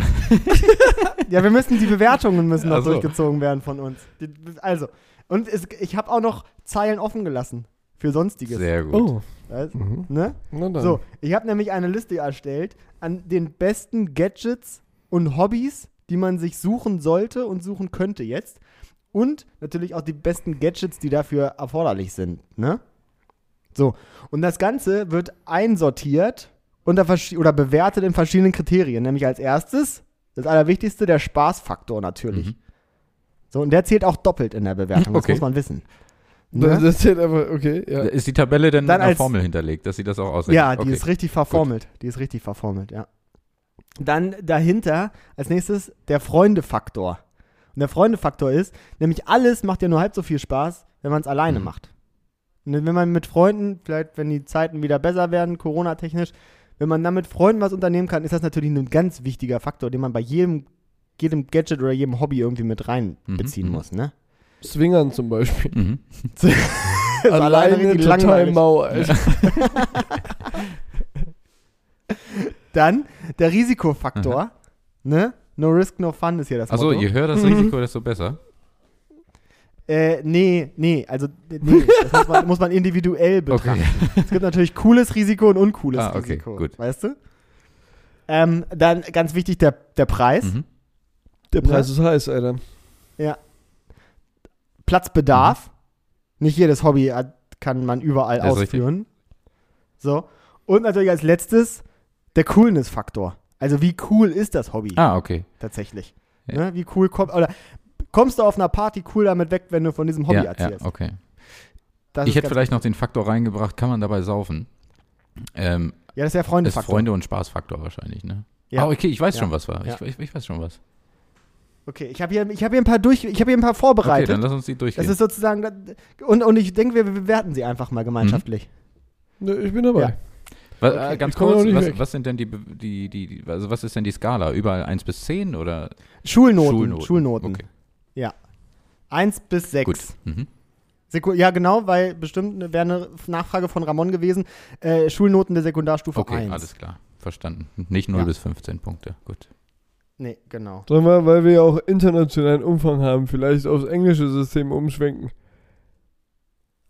S3: ja, wir müssen die Bewertungen müssen noch
S1: Ach so.
S3: durchgezogen werden von uns. Die, also und es, ich habe auch noch Zeilen offen gelassen für sonstiges.
S1: Sehr gut.
S4: Oh.
S3: Weißt-
S4: Mhm.
S3: ne?
S4: Na dann.
S3: So, ich habe nämlich eine Liste erstellt an den besten Gadgets und Hobbys, die man sich suchen sollte und suchen könnte jetzt. Und natürlich auch die besten Gadgets, die dafür erforderlich sind. Ne? So, und das Ganze wird einsortiert unter verschi- oder bewertet in
S4: Mhm.
S3: verschiedenen Kriterien. Nämlich als erstes, das Allerwichtigste, der Spaßfaktor natürlich. So, und der zählt auch doppelt in der Bewertung, das
S1: Okay.
S3: muss man wissen.
S4: Das,
S3: Ne?
S4: das zählt einfach, okay, ja.
S1: Ist die Tabelle denn
S3: Dann
S1: mit einer
S3: als-
S1: Formel hinterlegt, dass sie das auch ausrechnet?
S3: Ja, die
S1: okay.
S3: ist richtig verformelt. Die ist richtig verformelt, ja. Dann dahinter als nächstes der Freunde-Faktor. Und der Freunde-Faktor ist, nämlich alles macht ja nur halb so viel Spaß, wenn man es alleine
S1: Mhm.
S3: macht. Und wenn man mit Freunden, vielleicht wenn die Zeiten wieder besser werden, Corona-technisch, wenn man dann mit Freunden was unternehmen kann, ist das natürlich ein ganz wichtiger Faktor, den man bei jedem, jedem Gadget oder jedem Hobby irgendwie mit
S1: Mhm,
S3: reinbeziehen
S1: mhm.
S3: muss, ne?
S4: Swingern zum Beispiel.
S1: Mhm.
S3: Das ist
S4: Alleine
S3: richtig
S4: total
S3: langweilig.
S4: mau, Alter.
S3: Dann der Risikofaktor,
S1: Mhm.
S3: ne? No risk, no fun ist hier das
S1: Achso,
S3: Motto.
S1: Also, je höher das Risiko, desto besser.
S3: Äh, nee, nee, also äh, nee, das muss man, muss man individuell betrachten.
S1: Okay.
S3: Es gibt natürlich cooles Risiko und uncooles
S1: Ah, okay,
S3: Risiko,
S1: gut.
S3: weißt du? Ähm, dann ganz wichtig der, der Preis,
S1: Mhm.
S4: Der Preis ist heiß, Alter.
S3: Platzbedarf. Nicht jedes Hobby hat, kann man überall
S1: Das Mhm. ist richtig.
S3: ausführen. So. Und natürlich als letztes der Coolness-Faktor. Also wie cool ist das Hobby
S1: Ah, okay.
S3: tatsächlich?
S1: Ja.
S3: Ne? Wie cool kommt oder kommst du auf einer Party cool damit weg, wenn du von diesem Hobby
S1: ja,
S3: erzählst?
S1: ja, okay.
S3: Das
S1: Ich
S3: ist
S1: hätte
S3: ganz-
S1: vielleicht noch den Faktor reingebracht, kann man dabei saufen? Ähm,
S3: ja, das ist der
S1: ist
S3: Freunde-Faktor.
S1: Freunde- und Spaßfaktor wahrscheinlich, ne?
S3: Ja.
S1: Ah, okay, ich weiß
S3: Ja.
S1: schon, was war.
S3: Ja.
S1: Ich, ich, ich weiß schon was.
S3: Okay, ich habe hier, ich hab hier ein paar durch, ich habe hier ein paar
S1: Okay,
S3: vorbereitet.
S1: dann lass uns die
S3: das
S1: durchgehen.
S3: ist sozusagen und, und ich denke, wir bewerten sie einfach mal gemeinschaftlich.
S4: Ne, ich bin dabei.
S3: Ja.
S1: was, äh, ganz
S4: ich komme
S1: kurz,
S4: noch nicht
S1: was,
S4: weg.
S1: was sind denn die, Be- die, die, die, also was ist denn die Skala? Überall 1 bis 10 oder
S3: Schulnoten, Schulnoten.
S1: Mhm. Schulnoten? Okay,
S3: Eins bis sechs.
S1: gut. Mhm.
S3: Seku ja, genau, weil bestimmt wäre eine Nachfrage von Ramon gewesen. Äh, Schulnoten der Sekundarstufe
S1: Okay,
S3: 1.
S1: alles klar. Verstanden. Nicht 0
S3: Ja.
S1: bis 15 Punkte. Gut.
S3: Nee, genau.
S4: Sollen wir, weil wir ja auch internationalen Umfang haben, vielleicht aufs englische System umschwenken.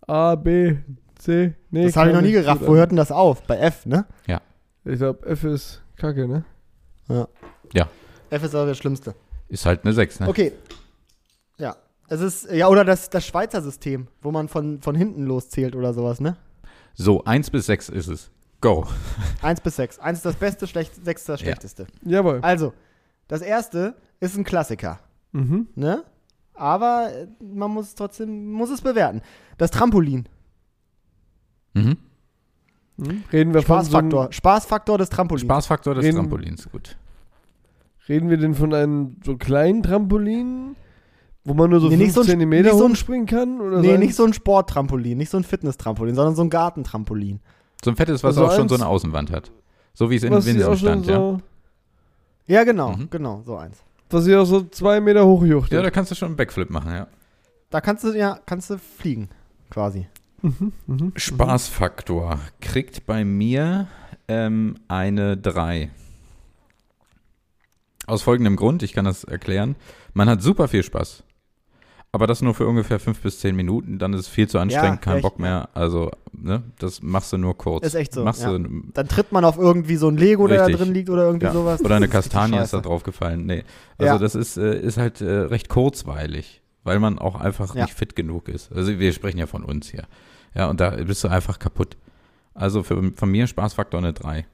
S4: A, B, C. Nee,
S3: das habe ich noch
S4: kann
S3: nie
S4: nicht
S3: gerafft.
S4: gut
S3: Wo
S4: an.
S3: hört denn das auf? Bei F, ne?
S4: Ich glaube, F ist Kacke, ne?
S3: F ist aber das Schlimmste.
S1: Ist halt eine 6, ne?
S3: Okay. Ja. Es ist, ja, oder das, das Schweizer System, wo man von, von hinten loszählt oder sowas, ne?
S1: So, 1 bis 6 ist es. Go.
S3: Eins bis sechs. Eins ist das Beste, schlecht, sechs ist das Schlechteste.
S4: Jawohl.
S3: Also, das erste ist ein Klassiker,
S4: Mhm.
S3: ne? Aber äh, man muss es trotzdem, muss es bewerten. Das Trampolin.
S1: Mhm.
S4: Mhm. Reden wir von so einem-
S3: Spaßfaktor. Spaßfaktor des Trampolins.
S1: Spaßfaktor des
S4: Reden-
S1: Trampolins. Gut.
S4: Reden wir denn von einem so kleinen Trampolin, wo man nur so
S3: Nee,
S4: 5
S3: nicht so ein-
S4: Zentimeter
S3: nicht so ein-
S4: hochspringen kann? Oder
S3: Nee,
S4: sein-
S3: nicht so ein Sporttrampolin, nicht so ein Fitness-Trampolin, sondern so ein Gartentrampolin.
S1: So ein fettes, was
S4: Also
S1: auch schon
S4: eins-
S1: so eine Außenwand hat. So wie es in
S4: was ich auch
S1: Winsen
S4: schon
S1: stand, ja.
S4: so,
S3: Ja, genau,
S1: Mhm.
S3: genau, so eins.
S4: dass ich auch so zwei Meter hochjuchte.
S1: Ja, da kannst du schon einen Backflip machen, ja.
S3: Da kannst du, ja, kannst du fliegen, quasi.
S4: mhm, mhm.
S1: Spaßfaktor kriegt bei mir ähm, eine 3. Aus folgendem Grund, ich kann das erklären. Man hat super viel Spaß. Aber das nur für ungefähr 5 bis 10 Minuten, dann ist es viel zu anstrengend, kein
S3: echt,
S1: Bock mehr. Also, ne, das machst du nur kurz.
S3: Ist echt so,
S1: Machst
S3: ja.
S1: du,
S3: Dann tritt man auf irgendwie so ein Lego, der da
S1: Richtig.
S3: drin liegt oder irgendwie
S1: Ja.
S3: sowas.
S1: oder
S3: Das
S1: eine
S3: ist richtig
S1: Kastanie ist da
S3: scheiße.
S1: draufgefallen. Nee. Also,
S3: Ja.
S1: das ist, äh, ist halt äh, recht kurzweilig, weil man auch einfach
S3: Ja.
S1: nicht fit genug ist. Also, wir sprechen ja von uns hier. Ja, und da bist du einfach kaputt. Also, für, von mir Spaßfaktor eine 3.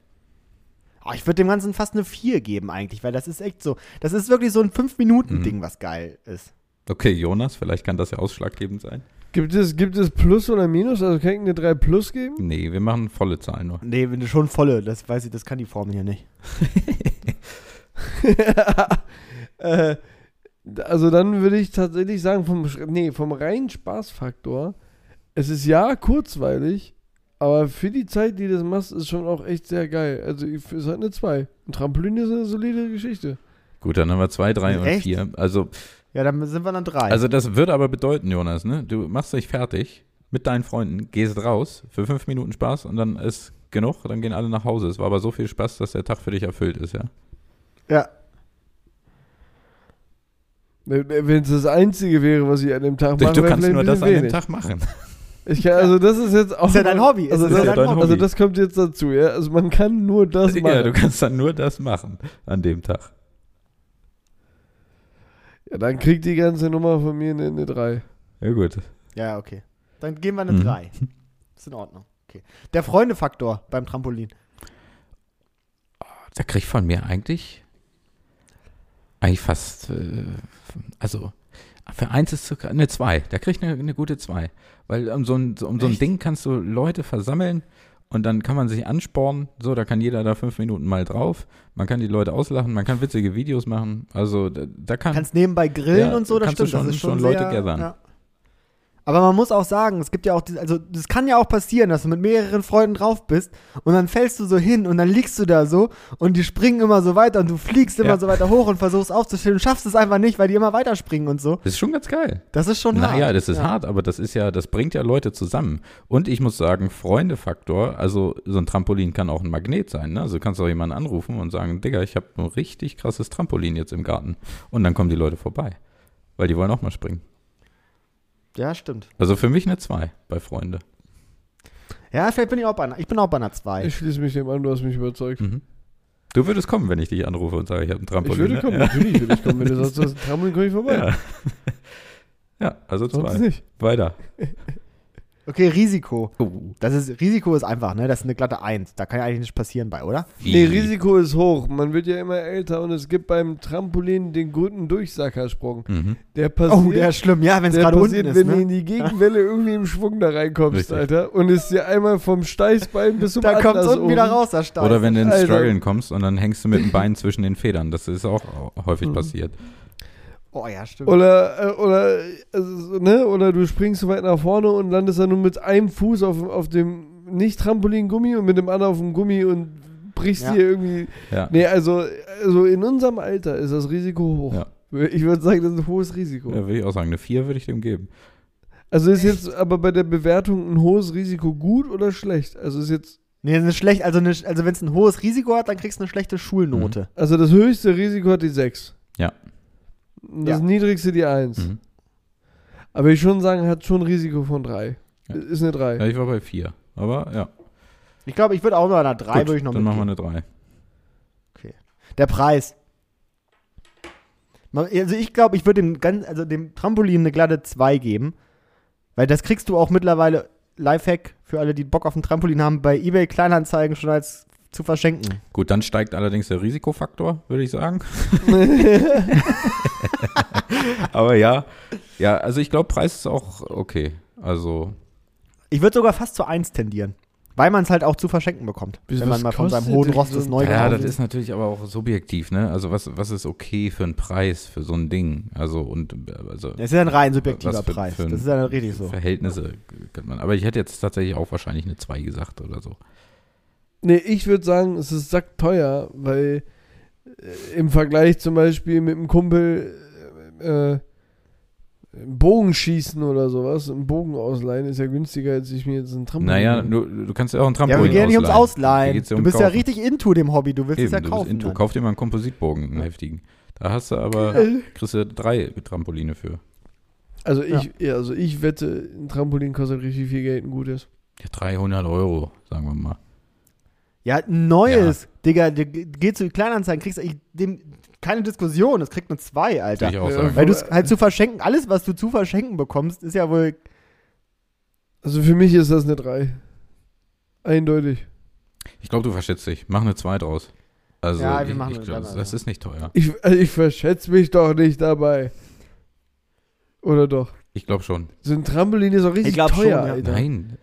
S3: Ah, ich würde dem Ganzen fast eine 4 geben eigentlich, weil das ist echt so. Das ist wirklich so ein
S1: Mhm.
S3: 5-Minuten-Ding, was geil ist.
S1: Okay, Jonas, vielleicht kann das ja ausschlaggebend sein.
S4: Gibt, es, gibt es Plus oder Minus? Also kann ich eine 3 Plus geben?
S1: Nee, wir machen volle Zahlen nur.
S3: Nee, wenn du schon volle, das weiß ich, das kann die Formel hier nicht.
S4: Äh, also dann würde ich tatsächlich sagen, vom, Sch- nee, vom reinen Spaßfaktor, es ist ja kurzweilig, aber für die Zeit, die du das machst, ist schon auch echt sehr geil. Also ich- es hat eine 2. Ein Trampolin ist eine solide Geschichte.
S1: Gut, dann haben wir zwei, drei und
S3: Echt?
S1: vier. Also,
S3: Ja, dann sind wir dann drei.
S1: also das würde aber bedeuten, Jonas, ne? Du machst dich fertig mit deinen Freunden, gehst raus für fünf Minuten Spaß und dann ist genug, dann gehen alle nach Hause. Es war aber so viel Spaß, dass der Tag für dich erfüllt ist, ja.
S3: ja.
S4: Wenn es das Einzige wäre, was ich an dem Tag
S1: Du,
S4: mache,
S1: du
S4: wäre
S1: kannst
S4: vielleicht
S1: nur
S4: ein
S1: das
S4: bisschen
S1: an dem
S4: wenig.
S1: Tag machen.
S4: Ich kann, also das ist jetzt auch
S3: Ist ja dein
S4: mal-
S3: Hobby.
S4: Also
S3: ist ja
S4: das,
S1: dein Hobby.
S4: also das kommt jetzt dazu, ja. Also man kann nur
S3: Also
S4: das machen.
S1: Ja, du kannst dann nur das machen an dem Tag.
S4: Ja, dann kriegt die ganze Nummer von mir eine, eine 3.
S1: Ja, gut.
S3: Ja, ja, okay. Dann geben wir eine
S1: Mhm.
S3: 3. Ist in Ordnung. Okay. Der Freundefaktor beim Trampolin.
S1: Da kriegt von mir eigentlich eigentlich fast, äh, also Für eins ist zu, eine zwei. Da kriegt eine, eine gute zwei. Weil um so ein, so- um so ein
S3: Echt?
S1: Ding kannst du Leute versammeln und dann kann man sich anspornen. So, da kann jeder da fünf Minuten mal drauf. Man kann die Leute auslachen, man kann witzige Videos machen. Also da, da kann.
S3: Kannst nebenbei grillen
S1: Ja,
S3: und so, das
S1: kannst du
S3: stimmt.
S1: schon-
S3: das ist
S1: schon Leute
S3: sehr,
S1: gathern.
S3: Aber man muss auch sagen, es gibt ja auch, diese- also es kann ja auch passieren, dass du mit mehreren Freunden drauf bist und dann fällst du so hin und dann liegst du da so und die springen immer so weiter und du fliegst immer
S1: Ja.
S3: so weiter hoch und versuchst aufzustehen und schaffst es einfach nicht, weil die immer weiter springen und so.
S1: das ist schon ganz geil.
S3: Das ist schon hart.
S1: Naja, das ist
S3: Ja.
S1: hart, aber das ist ja, das bringt ja Leute zusammen. Und ich muss sagen, Freundefaktor, also so ein Trampolin kann auch ein Magnet sein, ne? Also kannst du auch jemanden anrufen und sagen, Digga, ich habe ein richtig krasses Trampolin jetzt im Garten. Und dann kommen die Leute vorbei. Weil die wollen auch mal springen.
S3: Ja, stimmt.
S1: Also für mich eine 2 bei Freunde.
S3: Ja, vielleicht bin ich auch bei einer, ich bin auch bei einer 2.
S4: Ich schließe mich dem an, du hast mich überzeugt.
S1: Mhm. Du würdest kommen, wenn ich dich anrufe und sage, ich habe ein Trampolin.
S4: Ich würde
S1: ne?
S4: kommen, natürlich würde ich kommen. Wenn du sagst, du hast einen Trampolin, komme ich vorbei.
S1: Ja. ja. ja, also
S4: Sonst
S1: zwei.
S4: nicht.
S1: Weiter.
S3: Okay, Risiko.
S1: Oh.
S3: Das ist, Risiko ist einfach, ne? Das ist eine glatte 1. Da kann ja eigentlich nichts passieren bei, oder?
S4: Nee, Risiko ist hoch. Man wird ja immer älter und es gibt beim Trampolin den guten Durchsackersprung.
S1: Mhm.
S4: Der passiert.
S3: oh, der ist schlimm. Ja, wenn es
S4: der
S3: gerade unten
S4: passiert,
S3: ist,
S4: wenn du
S3: ne?
S4: in die Gegenwelle irgendwie im Schwung da reinkommst,
S1: Richtig.
S4: Alter. Und es dir einmal vom Steißbein bis zum
S3: Da kommt
S4: Atlas
S3: unten
S4: oben.
S3: wieder raus, das Stein.
S1: Oder wenn du ins
S4: Alter.
S1: Struggeln kommst und dann hängst du mit dem Bein zwischen den Federn. Das ist auch häufig
S4: Mhm.
S1: passiert.
S3: Oh ja, stimmt.
S4: Oder, äh, oder, äh, also, ne? oder du springst so weit nach vorne und landest dann nur mit einem Fuß auf, auf dem Nicht-Trampolin-Gummi und mit dem anderen auf dem Gummi und brichst
S3: Ja.
S4: dir irgendwie.
S1: Ja.
S4: Nee, also, also in unserem Alter ist das Risiko hoch.
S1: Ja.
S4: Ich würde sagen, das ist ein hohes Risiko.
S1: Ja, würde ich auch sagen. Eine 4 würde ich dem geben.
S4: Also ist jetzt aber bei der Bewertung ein hohes Risiko gut oder schlecht? Also ist jetzt,
S3: Nee, eine schlecht, also, eine, also wenn es ein hohes Risiko hat, dann kriegst du eine schlechte Schulnote.
S4: also das höchste Risiko hat die 6.
S1: Ja.
S4: Das
S3: Ja.
S4: niedrigste die 1.
S1: Mhm.
S4: Aber ich schon sagen, hat schon ein Risiko von 3.
S1: Ja.
S4: Ist eine 3.
S1: Ja, ich war bei 4. Aber ja.
S3: Ich glaube, ich würde auch noch einer 3
S1: Gut,
S3: würde ich noch
S1: dann machen wir
S3: mitgeben.
S1: eine 3.
S3: Der Preis. Man- Also ich glaube, ich würde dem ganz, also dem Trampolin eine glatte 2 geben. Weil das kriegst du auch mittlerweile Lifehack für alle, die Bock auf ein Trampolin haben, bei eBay Kleinanzeigen schon als zu verschenken.
S1: Gut, dann steigt allerdings der Risikofaktor, würde ich sagen. Aber ja, ja, also ich glaube, Preis ist auch okay. Also,
S3: Ich würde sogar fast zu 1 tendieren. Weil man es halt auch zu verschenken bekommt.
S4: Wieso,
S3: wenn man
S4: was
S3: mal von seinem
S4: kostet
S3: hohen
S4: denn
S3: Ross
S4: so
S3: das
S4: ein-
S3: neu
S1: ja,
S3: kauft.
S1: das ist natürlich aber auch subjektiv, ne? Also, was, was ist okay für einen Preis, für so ein Ding? Also, und, äh, also,
S3: Das ist ja ein rein subjektiver
S1: Was für-
S3: Preis.
S1: für ein-
S3: das ist ja dann richtig so.
S1: Verhältnisse könnte man. Aber ich hätte jetzt tatsächlich auch wahrscheinlich eine 2 gesagt oder so.
S4: Nee, ich würde sagen, es ist sackteuer, weil äh, im Vergleich zum Beispiel mit einem Kumpel äh, äh, Bogenschießen oder sowas, einen Bogen ausleihen, ist ja günstiger, als ich mir jetzt einen Trampolin
S1: Naja,
S4: hole.
S1: du, du kannst ja auch ein
S3: Ja,
S1: Trampolin
S3: wir gehen ja nicht ums
S1: Hier
S3: Ausleihen.
S1: geht's ja
S3: du
S1: um
S3: bist ja
S1: Kaufen.
S3: richtig into dem Hobby, du willst es ja
S1: du
S3: kaufen.
S1: bist into.
S3: dann.
S1: Kauf dir mal einen Kompositbogen, einen heftigen. Da hast du aber, kriegst du drei Trampoline für.
S4: Also ich, ja, also ich wette, ein Trampolin kostet richtig viel Geld, ein gutes.
S1: Ja, 300 Euro, sagen wir mal.
S3: Ja, ein neues. Digga, du ge- geh zu Kleinanzeigen, kriegst ich, dem, keine Diskussion, das kriegt nur zwei,
S1: Würde
S3: Alter.
S1: ich auch
S4: Ja.
S1: sagen.
S3: Weil du es halt zu verschenken, alles, was du zu verschenken bekommst, ist ja wohl.
S4: Also für mich ist das eine 3. Eindeutig.
S1: Ich glaube, du verschätzt dich. Mach eine 2 draus. Also,
S3: Ja, wir
S1: ich,
S3: machen
S1: ich
S3: eine
S1: glaub,
S3: drei,
S1: das
S3: also.
S1: ist nicht teuer.
S4: Ich, also ich verschätze mich doch nicht dabei. Oder doch?
S1: Ich glaube schon.
S4: So ein Trampolin ist auch richtig
S3: glaub schon,
S4: teuer,
S3: ja.
S4: Alter.
S1: Nein.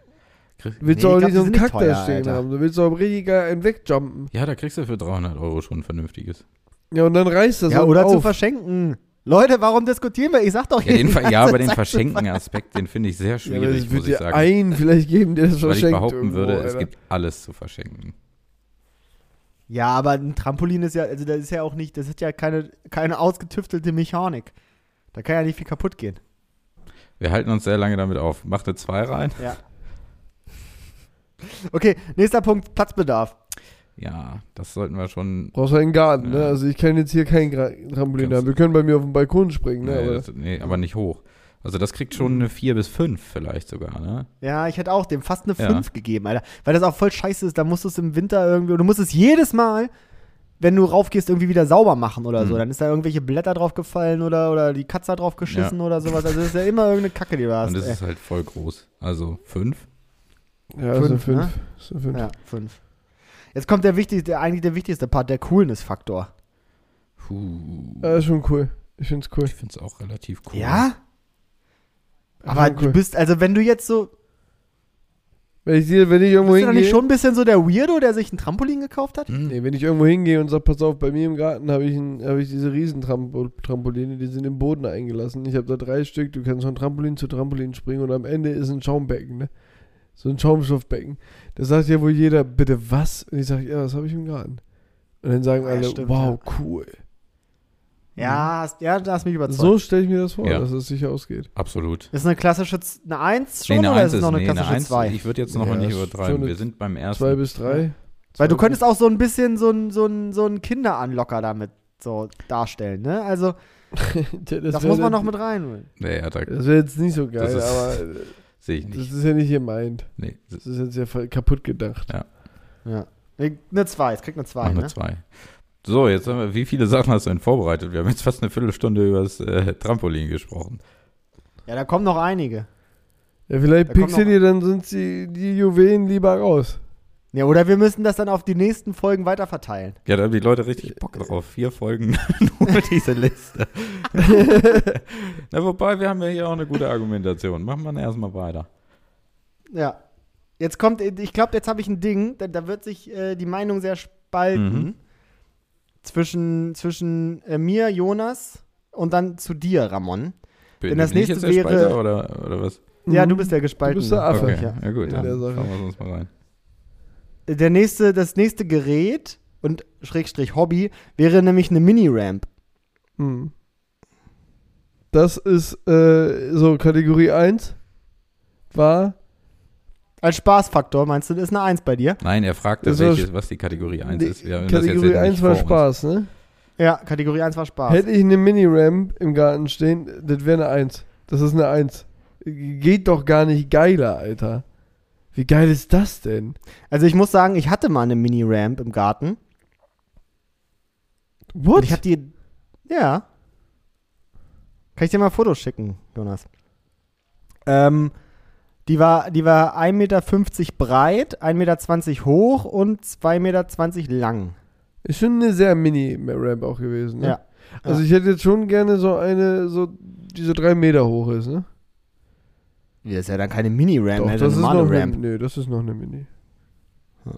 S4: Willst
S3: Nee,
S4: du auch
S3: ich glaub,
S4: nicht so einen
S3: die sind
S4: Kack
S3: nicht teuer,
S4: da stehen
S3: Alter.
S4: haben. Du willst auch richtig geil einen wegjumpen.
S1: Ja, da kriegst du für 300 Euro schon ein vernünftiges.
S4: Ja, und dann reißt das
S3: ja,
S4: auch
S3: oder zu
S4: auf.
S3: verschenken. Leute, warum diskutieren wir? Ich sag doch
S1: Ja, den,
S3: jeden
S1: Ver- ja
S3: Tag,
S1: aber den
S3: das sagst du
S1: Verschenken-Aspekt, den finde ich sehr
S4: ja, aber
S1: schwierig,
S4: es
S1: muss
S4: wird
S1: ich
S4: dir
S1: sagen.
S4: einen vielleicht geben, der das
S1: Weil ich
S4: verschenkt.
S1: behaupten
S4: irgendwo,
S1: würde, es
S4: Alter.
S1: gibt alles zu verschenken.
S3: mal. Ja, aber ein Trampolin ist ja, also das ist ja auch nicht, das hat ja keine, keine ausgetüftelte Mechanik. Da kann ja nicht viel kaputt gehen.
S1: Wir halten uns sehr lange damit auf. Macht eine 2 rein?
S3: Ja. Okay, nächster Punkt, Platzbedarf.
S1: Ja, das sollten wir schon.
S4: Brauchst halt einen Garten, ne?
S1: Ja.
S4: Also ich kann jetzt hier kein Gra Trampolin
S1: Kannst-
S4: haben. Wir können bei mir auf dem Balkon springen, ne?
S1: Nee,
S4: aber
S1: das, nee, aber nicht hoch. Also das kriegt schon eine 4 bis 5 vielleicht sogar, ne?
S3: Ja, ich hätte auch dem fast eine
S1: Ja.
S3: 5 gegeben, Alter. Weil das auch voll scheiße ist. Da musst du es im Winter irgendwie, du musst es jedes Mal, wenn du raufgehst, irgendwie wieder sauber machen oder so.
S1: Mhm.
S3: Dann ist da irgendwelche Blätter drauf gefallen oder, oder die Katze hat drauf geschissen oder sowas. Also das ist ja immer irgendeine Kacke, die du hast.
S1: Und das
S3: ey.
S1: ist halt voll groß. Also 5?
S4: ja, ist eine
S3: Fünf, ne?
S4: 5. Ist eine 5.
S3: ja, 5. Jetzt kommt der wichtigste, der, eigentlich der wichtigste Part, der Coolness-Faktor.
S1: Puh.
S4: Ja, ist schon cool. Ich find's cool.
S1: Ich finde es auch relativ cool.
S3: Ja? Aber
S4: Ja, cool.
S3: du bist, also wenn du jetzt so,
S4: Wenn ich, dir- wenn ich irgendwo
S3: bist du doch
S4: hingehe.
S3: nicht schon ein bisschen so der Weirdo, der sich ein Trampolin gekauft hat?
S1: Hm.
S4: Nee, wenn ich irgendwo hingehe und sage, pass auf, bei mir im Garten habe ich, ein- habe ich diese Riesentrampoline, die sind im Boden eingelassen. Ich habe da drei Stück, du kannst von Trampolin zu Trampolin springen und am Ende ist ein Schaumbecken, ne? So ein Schaumstoffbecken. Da sagt ja wohl jeder, bitte was? Und ich sage, ja, das habe ich im Garten. Und dann sagen
S3: Ja,
S4: alle,
S3: stimmt,
S4: wow, cool.
S3: Ja, hast- ja, da hast du mich überzeugt.
S4: So stelle ich mir das vor,
S1: Ja.
S4: dass es sich ausgeht.
S1: Absolut.
S3: Ist eine klassische Z- eine 1 schon
S1: Nee, eine
S3: oder
S1: Eins
S3: ist es noch eine
S1: nee,
S3: klassische
S1: Eins-
S3: 2?
S1: Ich würde jetzt noch
S4: Ja,
S1: mal nicht
S4: ist
S1: übertreiben.
S4: schon
S1: Wir
S4: eine
S1: sind beim ersten.
S4: Zwei bis drei.
S3: Weil du
S4: Zwei
S3: könntest auch so ein bisschen so ein, so ein, so ein Kinderanlocker damit so darstellen, ne? Also,
S4: bis- Ja,
S3: das,
S4: wär
S3: muss man
S4: dann-
S3: noch mit reinholen.
S1: Naja, da
S4: Das wäre jetzt nicht so geil,
S1: ist-
S4: aber äh,
S1: sehe ich
S4: das
S1: nicht.
S4: ist ja nicht gemeint.
S1: Nee, das
S4: Das ist jetzt ja voll kaputt gedacht.
S3: Ja. Nee, Eine 2, es kriegt eine 2,
S1: machen wir
S3: ne?
S1: zwei. So, jetzt haben wir, wie viele Sachen hast du denn vorbereitet? Wir haben jetzt fast eine Viertelstunde über das äh, Trampolin gesprochen.
S3: Ja, da kommen noch einige.
S4: Ja, vielleicht
S3: Da kommt
S4: pixeln
S3: noch-
S4: die, dann sind die, die Juwelen lieber raus.
S3: Ja, oder wir müssen das dann auf die nächsten Folgen weiter verteilen.
S1: Ja, da haben die Leute richtig Bock drauf. Vier Folgen nur diese Liste. Na, wobei, wir haben ja hier auch eine gute Argumentation. Machen wir dann erstmal weiter.
S3: Ja. Jetzt kommt, ich glaube, jetzt habe ich ein Ding, da, da wird sich äh, die Meinung sehr spalten
S1: Mhm.
S3: zwischen, zwischen äh, mir, Jonas und dann zu dir, Ramon.
S1: Bin,
S3: Denn das
S1: bin ich
S3: nächste
S1: jetzt der
S3: wäre-
S1: Spalter oder, oder was?
S3: Ja,
S4: Mhm.
S3: du bist der Gespaltene.
S4: der Affe.
S1: Okay,
S3: ja.
S1: ja, gut,
S3: Ja.
S1: dann
S4: Der Sache.
S1: schauen wir uns mal rein.
S3: der nächste, das nächste Gerät und Schrägstrich Hobby wäre nämlich eine Mini-Ramp.
S4: Mhm. Das ist äh, so Kategorie 1 war.
S3: Als Spaßfaktor, meinst du, ist eine Eins bei dir?
S1: Nein, er fragte,
S4: Das war
S1: welches, was die Kategorie 1
S4: Nee,
S1: ist. Wir haben das jetzt
S4: Kategorie
S1: nicht
S4: 1 war
S1: vor uns.
S4: Spaß, ne?
S3: Ja, Kategorie 1 war Spaß.
S4: Hätte ich eine Mini-Ramp im Garten stehen, das wäre eine 1. Das ist eine 1. Geht doch gar nicht geiler, Alter. Wie geil ist das denn?
S3: also ich muss sagen, ich hatte mal eine Mini-Ramp im Garten.
S4: What?
S3: Und ich habe die. Ja. Kann ich dir mal Fotos schicken, Jonas? Ähm, die war, die war 1,50 Meter breit, 1,20 Meter hoch und 2,20 Meter lang.
S4: Ist schon eine sehr Mini-Ramp auch gewesen, ne?
S3: Ja.
S4: Also ich hätte jetzt schon gerne so eine, so, die so drei Meter hoch ist, ne?
S3: Das ist ja dann keine Mini-Ramp,
S4: Doch,
S3: mehr,
S4: das
S3: eine
S4: ist noch
S3: normale
S4: eine,
S3: Ramp.
S4: Nee, das ist noch eine Mini.
S3: Hm.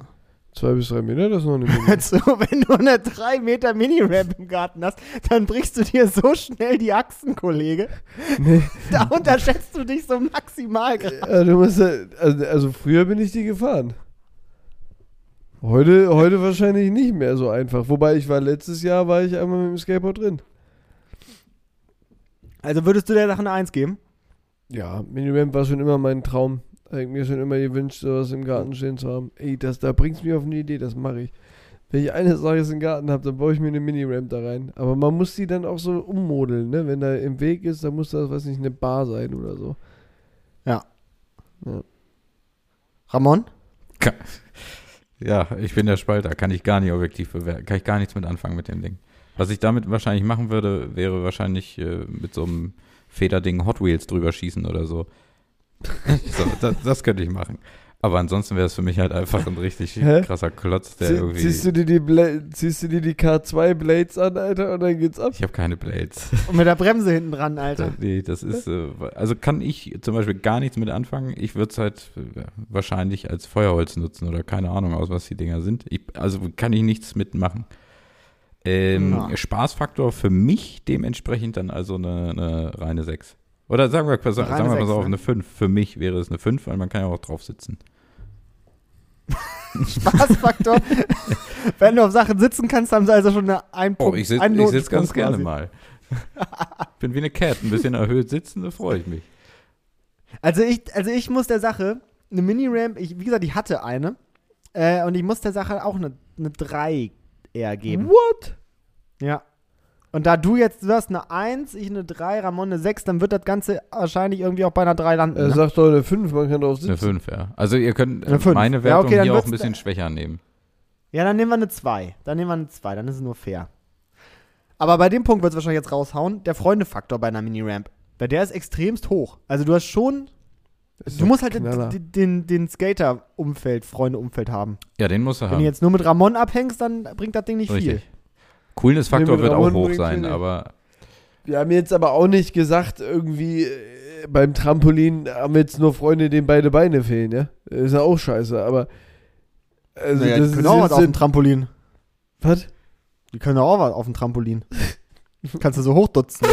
S4: Zwei bis drei Meter, das ist noch eine Mini.
S3: So, wenn du eine 3 Meter Mini-Ramp im Garten hast, dann brichst du dir so schnell die Achsen, Kollege.
S4: nee.
S3: Da unterschätzt du dich so maximal. gerade.
S4: Ja, du musst, ja- also, also früher bin ich die gefahren. Heute, heute wahrscheinlich nicht mehr so einfach. Wobei ich war letztes Jahr, war ich einmal mit dem Skateboard drin.
S3: Also würdest du der Sache eine 1 geben?
S4: Ja, Mini-Ramp war schon immer mein Traum. Hab Ich mir schon immer gewünscht, sowas im Garten stehen zu haben. Ey, das, da bringst du mich auf eine Idee, das mache ich. Wenn ich eines Tages einen Garten habe, dann baue ich mir eine Mini-Ramp da rein. Aber man muss die dann auch so ummodeln, ne? Wenn da im Weg ist, dann muss da, weiß nicht, eine Bar sein oder so.
S3: Ramon?
S1: Ja, ich bin der Spalter, kann ich gar nicht objektiv bewerten, kann ich gar nichts mit anfangen mit dem Ding. Was ich damit wahrscheinlich machen würde, wäre wahrscheinlich äh, mit so einem Federding Hot Wheels drüber schießen oder so. so das, das könnte ich machen. Aber ansonsten wäre es für mich halt einfach ein richtig
S4: Hä?
S1: krasser Klotz, der
S4: Zieh,
S1: irgendwie.
S4: ziehst, du dir die Bla ziehst du dir die K2 Blades an, Alter, und dann geht's ab.
S1: ich habe keine Blades.
S3: Und mit der Bremse hinten dran,
S1: Da-
S3: Alter.
S1: Nee, das ist, äh, also kann ich zum Beispiel gar nichts mit anfangen. Ich würde es halt äh, wahrscheinlich als Feuerholz nutzen oder keine Ahnung aus, was die Dinger sind. Ich, also kann ich nichts mitmachen. Ähm,
S3: Ja.
S1: Spaßfaktor für mich dementsprechend dann also eine, eine reine 6. Oder sagen wir, sagen wir
S3: Reine
S1: mal so
S3: Sechs,
S1: auf
S3: ne?
S1: eine 5. Für mich wäre es eine 5, weil man kann ja auch drauf sitzen.
S3: Spaßfaktor. wenn du auf Sachen sitzen kannst, haben sie also schon eine 1
S1: Oh, ich sitze sitz ganz gerne mal. Bin wie eine Cat, ein bisschen erhöht sitzen, da freue ich mich.
S3: Also ich, also ich muss der Sache, eine Mini-Ramp, ich, wie gesagt, ich hatte eine. Äh, und ich muss der Sache auch eine, eine 3 eher geben.
S4: What?
S3: Ja. Und da du jetzt du hast eine 1, ich eine 3, Ramon eine 6, dann wird das Ganze wahrscheinlich irgendwie auch bei einer 3 landen.
S4: Er
S3: Ne?
S4: sagt doch eine 5, man kann drauf
S1: Eine
S4: sitzen.
S1: 5, ja. Also ihr könnt äh,
S3: Eine Fünf.
S1: meine
S3: Ja,
S1: Wertung
S3: okay, dann
S1: hier auch
S3: wird's
S1: ein bisschen
S3: da-
S1: schwächer nehmen.
S3: Ja, dann nehmen wir eine 2. Dann nehmen wir eine 2, dann ist es nur fair. Aber bei dem Punkt wird es wahrscheinlich jetzt raushauen, der Freundefaktor bei einer Mini-Ramp. Weil der ist extremst hoch. Also du hast schon,
S4: Ist
S3: du
S4: doch
S3: musst halt
S4: Knaller.
S3: den, den, den, den Skater-Umfeld, Freunde-Umfeld haben.
S1: Ja, den muss er
S3: Wenn du
S1: haben.
S3: jetzt nur mit Ramon abhängst, dann bringt das Ding nicht viel.
S1: Richtig. Coolness Faktor
S4: Nee, mit
S1: wird auch
S4: Ramon
S1: hoch
S4: bringt's
S1: sein,
S4: mir nicht.
S1: aber
S4: Wir haben jetzt aber auch nicht gesagt, irgendwie äh, beim Trampolin haben wir jetzt nur Freunde, denen beide Beine fehlen, ja? Ist ja auch scheiße, aber. Also,
S3: naja,
S4: das
S3: die
S4: ist
S3: können auch was
S4: jetzt-
S3: auf dem Trampolin.
S4: Was?
S3: Die können auch was auf dem Trampolin. Kannst du so hochdutzen.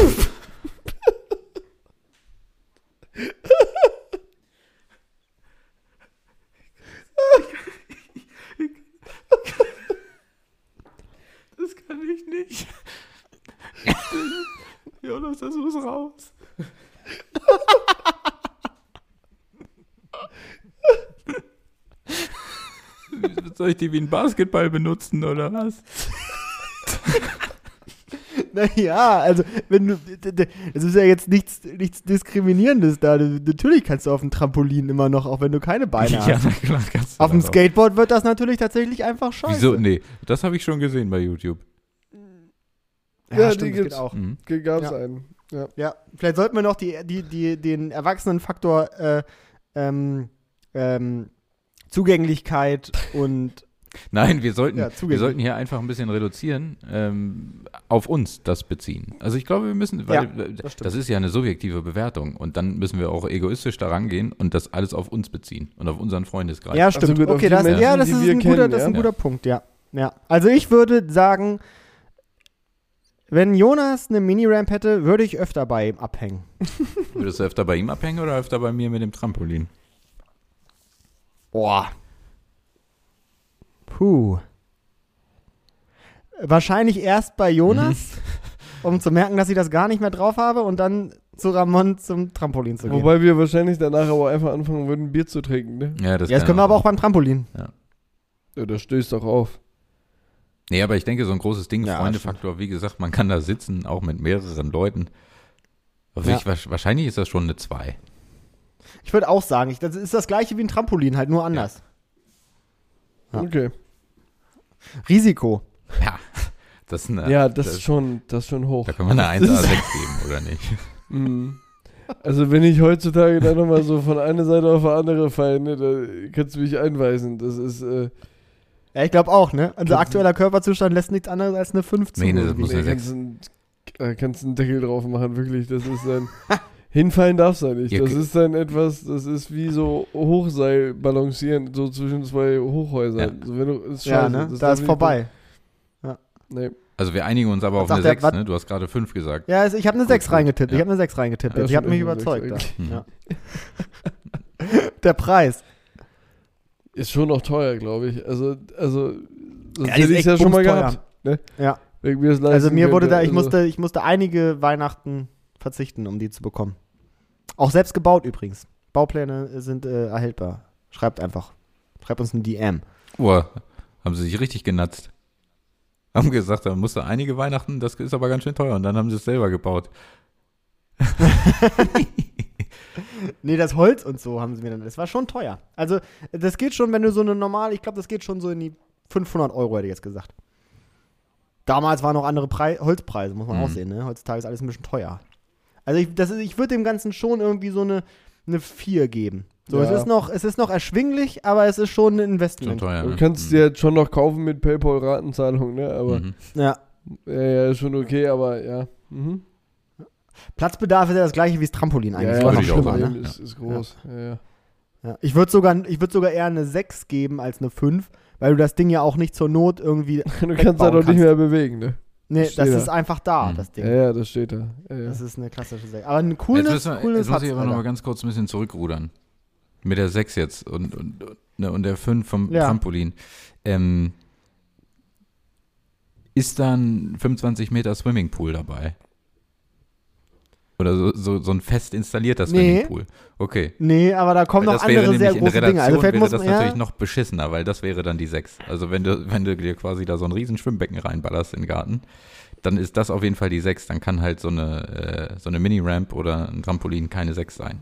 S1: Das kann ich nicht. Jonas, das muss raus. Soll ich die wie ein Basketball benutzen oder was?
S3: Naja, also wenn du. d- d- Es ist ja jetzt nichts, nichts Diskriminierendes da. Du- Natürlich kannst du auf dem Trampolin immer noch, auch wenn du keine Beine hast.
S1: na klar, kannst du
S3: Auf dem
S1: das auch.
S3: Skateboard wird das natürlich tatsächlich einfach scheiße.
S1: Wieso? Nee, das habe ich schon gesehen bei YouTube.
S3: Ja,
S4: Ja,
S3: stimmt,
S4: die
S3: das geht
S4: gibt's.
S3: auch.
S1: Mhm.
S4: Gab's
S3: Ja.
S4: einen. Ja.
S3: Ja, vielleicht sollten wir noch die, die, die, den Erwachsenenfaktor äh, ähm, ähm, Zugänglichkeit und
S1: Nein, wir sollten,
S3: Ja,
S1: wir
S3: zugeben.
S1: sollten hier einfach ein bisschen reduzieren, ähm, auf uns das beziehen. Also ich glaube, wir müssen, weil
S3: Ja,
S1: äh, das,
S3: das stimmt.
S1: ist ja eine subjektive Bewertung und dann müssen wir auch egoistisch daran gehen und das alles auf uns beziehen und auf unseren Freundeskreis.
S3: ja,
S4: Also
S3: stimmt.
S4: gut, auf
S3: okay,
S4: die
S3: das,
S1: Menschen,
S3: ja, das
S4: die
S3: ist ein
S4: wir
S3: guter,
S4: kennen,
S3: das ist ein
S1: ja.
S3: guter Punkt, ja. ja. Also ich würde sagen, wenn Jonas eine Mini-Ramp hätte, würde ich öfter bei ihm abhängen.
S1: Würdest du öfter bei ihm abhängen oder öfter bei mir mit dem Trampolin?
S3: Boah. Puh. Wahrscheinlich erst bei Jonas, um zu merken, dass ich das gar nicht mehr drauf habe und dann zu Ramon zum Trampolin zu gehen.
S4: Wobei wir wahrscheinlich danach aber einfach anfangen würden, Bier zu trinken, ne?
S1: Ja, das,
S3: ja, das
S1: kann
S3: können wir
S1: auch-
S3: aber auch beim Trampolin.
S4: Ja, da stößt doch auf.
S1: Nee, aber ich denke, so ein großes Ding,
S3: Ja,
S1: Freundefaktor, wie gesagt, man kann da sitzen, auch mit mehreren Leuten. Aber
S3: Ja.
S1: ich, wasch- wahrscheinlich ist das schon eine 2.
S3: Ich würde auch sagen, ich, das ist das gleiche wie ein Trampolin, halt nur anders. Ja.
S4: Okay.
S3: Risiko.
S1: Ja, das ist
S4: Ja,
S1: eine,
S4: das, ist schon, das ist schon hoch.
S1: da können wir eine 1 A6 geben, oder nicht?
S4: Mhm. Also wenn ich heutzutage da nochmal so von einer Seite auf die andere falle, ne, da kannst du mich einweisen. Das ist, äh,
S3: Ja, ich glaube auch, ne? Unser aktueller Körperzustand lässt nichts anderes als eine 5 zu.
S1: Nee, nee, das
S3: irgendwie.
S1: muss
S4: nee,
S1: eine
S4: kannst einen, äh, kannst einen Deckel drauf machen, wirklich. Das ist dann, hinfallen darfst du nicht.
S1: Ihr
S4: Das
S1: k-
S4: ist dann etwas, das ist wie so Hochseil balancieren, so zwischen zwei Hochhäusern. So, wenn du, ist scheiße,
S3: ja, ne?
S4: das
S3: Da
S4: darf
S3: ist
S4: nicht
S3: vorbei.
S4: passieren. Nee.
S1: Also wir einigen uns aber
S3: Was
S1: auf eine
S3: sagt der
S1: 6,
S3: Watt-
S1: ne? Du hast gerade 5 gesagt.
S3: Ja, also ich habe eine
S1: Gut,
S3: 6
S1: gut,
S3: reingetippt.
S1: ja.
S3: Ich habe eine 6 reingetippt.
S4: Ja,
S3: ich habe
S4: stimmt,
S3: mich
S4: eine Sechs
S3: überzeugt. Da.
S4: eigentlich.
S1: Mhm.
S3: Der Preis.
S4: Ist schon noch teuer, glaube ich. Also, also sonst
S3: Ja, die
S4: hätte
S3: ist
S4: ich
S3: echt
S4: ja schon mal
S3: bumsteuer.
S4: gehabt. Ne?
S3: Ja.
S4: Wenn ich mir das leisten
S3: Also mir wurde
S4: könnte,
S3: da, ich
S4: also-
S3: musste, ich musste einige Weihnachten verzichten, um die zu bekommen. Auch selbst gebaut übrigens. Baupläne sind äh, erhältbar. Schreibt einfach. Schreibt uns ein DM.
S1: Boah, haben sie sich richtig genatzt. Haben gesagt, da musste einige Weihnachten, das ist aber ganz schön teuer. Und dann haben sie es selber gebaut.
S3: Nee, das Holz und so haben sie mir dann. Das war schon teuer. Also, das geht schon, wenn du so eine normale, ich glaube, das geht schon so in die 500 Euro, hätte ich jetzt gesagt. Damals waren noch andere Prei Holzpreise, muss man
S1: Mhm.
S3: auch sehen, ne? Heutzutage ist alles ein bisschen teuer. Also, ich, das ist- ich würde dem Ganzen schon irgendwie so eine, eine 4 geben. So,
S4: Ja.
S3: es, ist noch, es ist noch erschwinglich, aber es ist schon ein
S1: Schon
S3: Investment.
S1: teuer.
S4: Du
S1: ne?
S4: kannst es dir jetzt schon noch kaufen mit PayPal-Ratenzahlung, ne? Aber
S1: Mhm.
S3: Ja.
S4: ja, ja, ist schon okay, aber ja. Mhm.
S3: Platzbedarf ist ja das gleiche wie das Trampolin
S4: ja,
S3: eigentlich.
S4: ja,
S3: War noch
S1: würde ich auch
S3: schlimmer,
S1: sagen.
S3: ne?
S4: Ist, ist groß. Ja. Ja,
S3: Ja, ich würde sogar, ich würd sogar eher eine 6 geben als eine 5, weil du das Ding ja auch nicht zur Not irgendwie.
S4: Du kannst da
S3: Wegbauen
S4: doch nicht
S3: kannst.
S4: mehr bewegen, ne?
S3: Nee,
S4: Steht
S3: das
S4: da.
S3: ist einfach da,
S1: Mhm.
S3: das Ding.
S4: Ja, ja, das steht da. Ja, ja.
S3: Das ist eine klassische 6. Aber ein
S1: jetzt,
S3: cooles,
S1: müssen wir,
S3: cooles
S1: jetzt muss ich aber noch mal
S3: Hatz,
S1: ganz kurz ein bisschen zurückrudern. Mit der 6 jetzt und, und, und, ne, und der 5 vom
S3: Ja.
S1: Trampolin. Ähm, ist da ein 25 Meter Swimmingpool dabei? Oder so, so, so ein fest installierter
S3: Nee.
S1: Swimmingpool? Okay.
S3: Nee, aber da kommen
S1: Weil
S3: noch andere sehr
S1: in
S3: große
S1: Relation
S3: Dinge. Also vielleicht
S1: wäre
S3: muss
S1: das
S3: man, ja,
S1: natürlich noch beschissener, weil das wäre dann die 6. Also wenn du, wenn du dir quasi da so ein riesen Schwimmbecken reinballerst in den Garten, dann ist das auf jeden Fall die 6. Dann kann halt so eine, äh, so eine Mini-Ramp oder ein Trampolin keine 6 sein.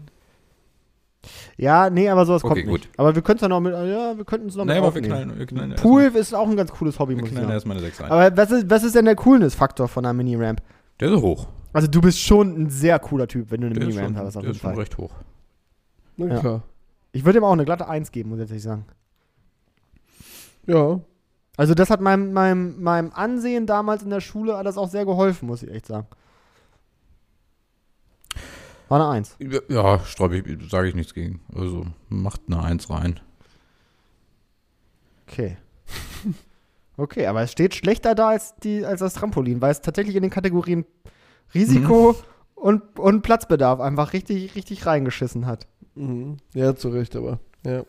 S3: ja, nee, aber sowas
S1: Okay,
S3: kommt nicht.
S1: gut.
S3: Aber wir könnten es noch mit, ja, wir könnten es noch
S1: Naja,
S3: mit
S1: aber wir
S3: aufnehmen.
S1: knallen, wir knallen
S3: Pool ist auch ein ganz cooles Hobby,
S1: erstmal,
S3: muss
S1: wir
S3: ich sagen.
S1: knallen erstmal eine 6 rein.
S3: Aber was ist, was ist denn der Coolness-Faktor von einer Mini-Ramp?
S1: Der ist hoch.
S3: Also du bist schon ein sehr cooler Typ, wenn du eine
S1: Der ist
S3: Mini-Ramp
S1: schon,
S3: hast, auf
S1: der
S3: jeden
S1: ist schon
S3: Fall.
S1: recht hoch.
S4: Na
S3: Ja.
S4: klar.
S3: Ich würde ihm auch eine glatte 1 geben, muss ich tatsächlich sagen.
S4: Ja.
S3: Also das hat meinem, meinem, meinem Ansehen damals in der Schule hat das auch sehr geholfen, muss ich echt sagen. War eine Eins.
S1: Ja, sträube ich, sage ich nichts gegen. Also macht eine Eins rein.
S3: Okay. Okay, aber es steht schlechter da als, die, als das Trampolin, weil es tatsächlich in den Kategorien Risiko
S1: Mhm.
S3: und, und Platzbedarf einfach richtig, richtig reingeschissen hat.
S4: Mhm. Ja, zu Recht, aber. Ja.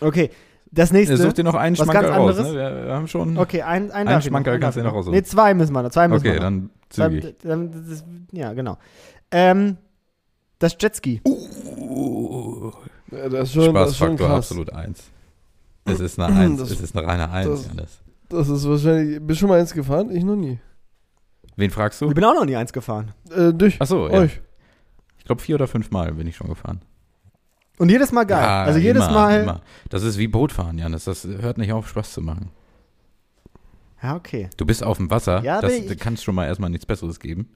S3: Okay, das
S1: Ja,
S3: nächste.
S1: such dir noch einen
S3: Was
S1: Schmankerl
S3: ganz
S1: raus. Ne?
S3: anderes?
S1: Wir, wir haben schon.
S3: okay, ein, ein
S1: Einen
S3: darf ich
S1: Schmankerl
S3: einen
S1: kannst
S3: darf
S1: du
S3: ich
S1: noch raussuchen.
S3: Nee, zwei müssen wir noch. Zwei müssen wir
S1: okay,
S3: noch.
S1: dann zügig.
S3: Zwei, dann, das ist, ja, genau. Ähm, das Jetski.
S1: Uh,
S4: ja das ist schon, das ist schon
S1: Spaßfaktor
S4: krass.
S1: absolut eins. Es ist eine Eins.
S4: Das-
S1: es ist eine reine Eins.
S4: das-
S1: alles.
S4: Das ist wahrscheinlich. Bist du schon mal eins gefahren? Ich noch nie.
S1: Wen fragst du?
S3: Ich bin auch noch nie eins gefahren.
S4: Äh, durch.
S1: Achso, ja.
S4: Euch.
S1: ich glaube vier oder fünf Mal bin ich schon gefahren.
S3: Und jedes Mal geil.
S1: Ja,
S3: also jedes
S1: immer,
S3: Mal.
S1: immer. Das ist wie Bootfahren, Janis. Das hört nicht auf, Spaß zu machen.
S3: Ja, okay.
S1: Du bist auf dem Wasser.
S3: Ja,
S1: das
S3: bin ich-
S1: kannst schon mal erstmal nichts Besseres geben.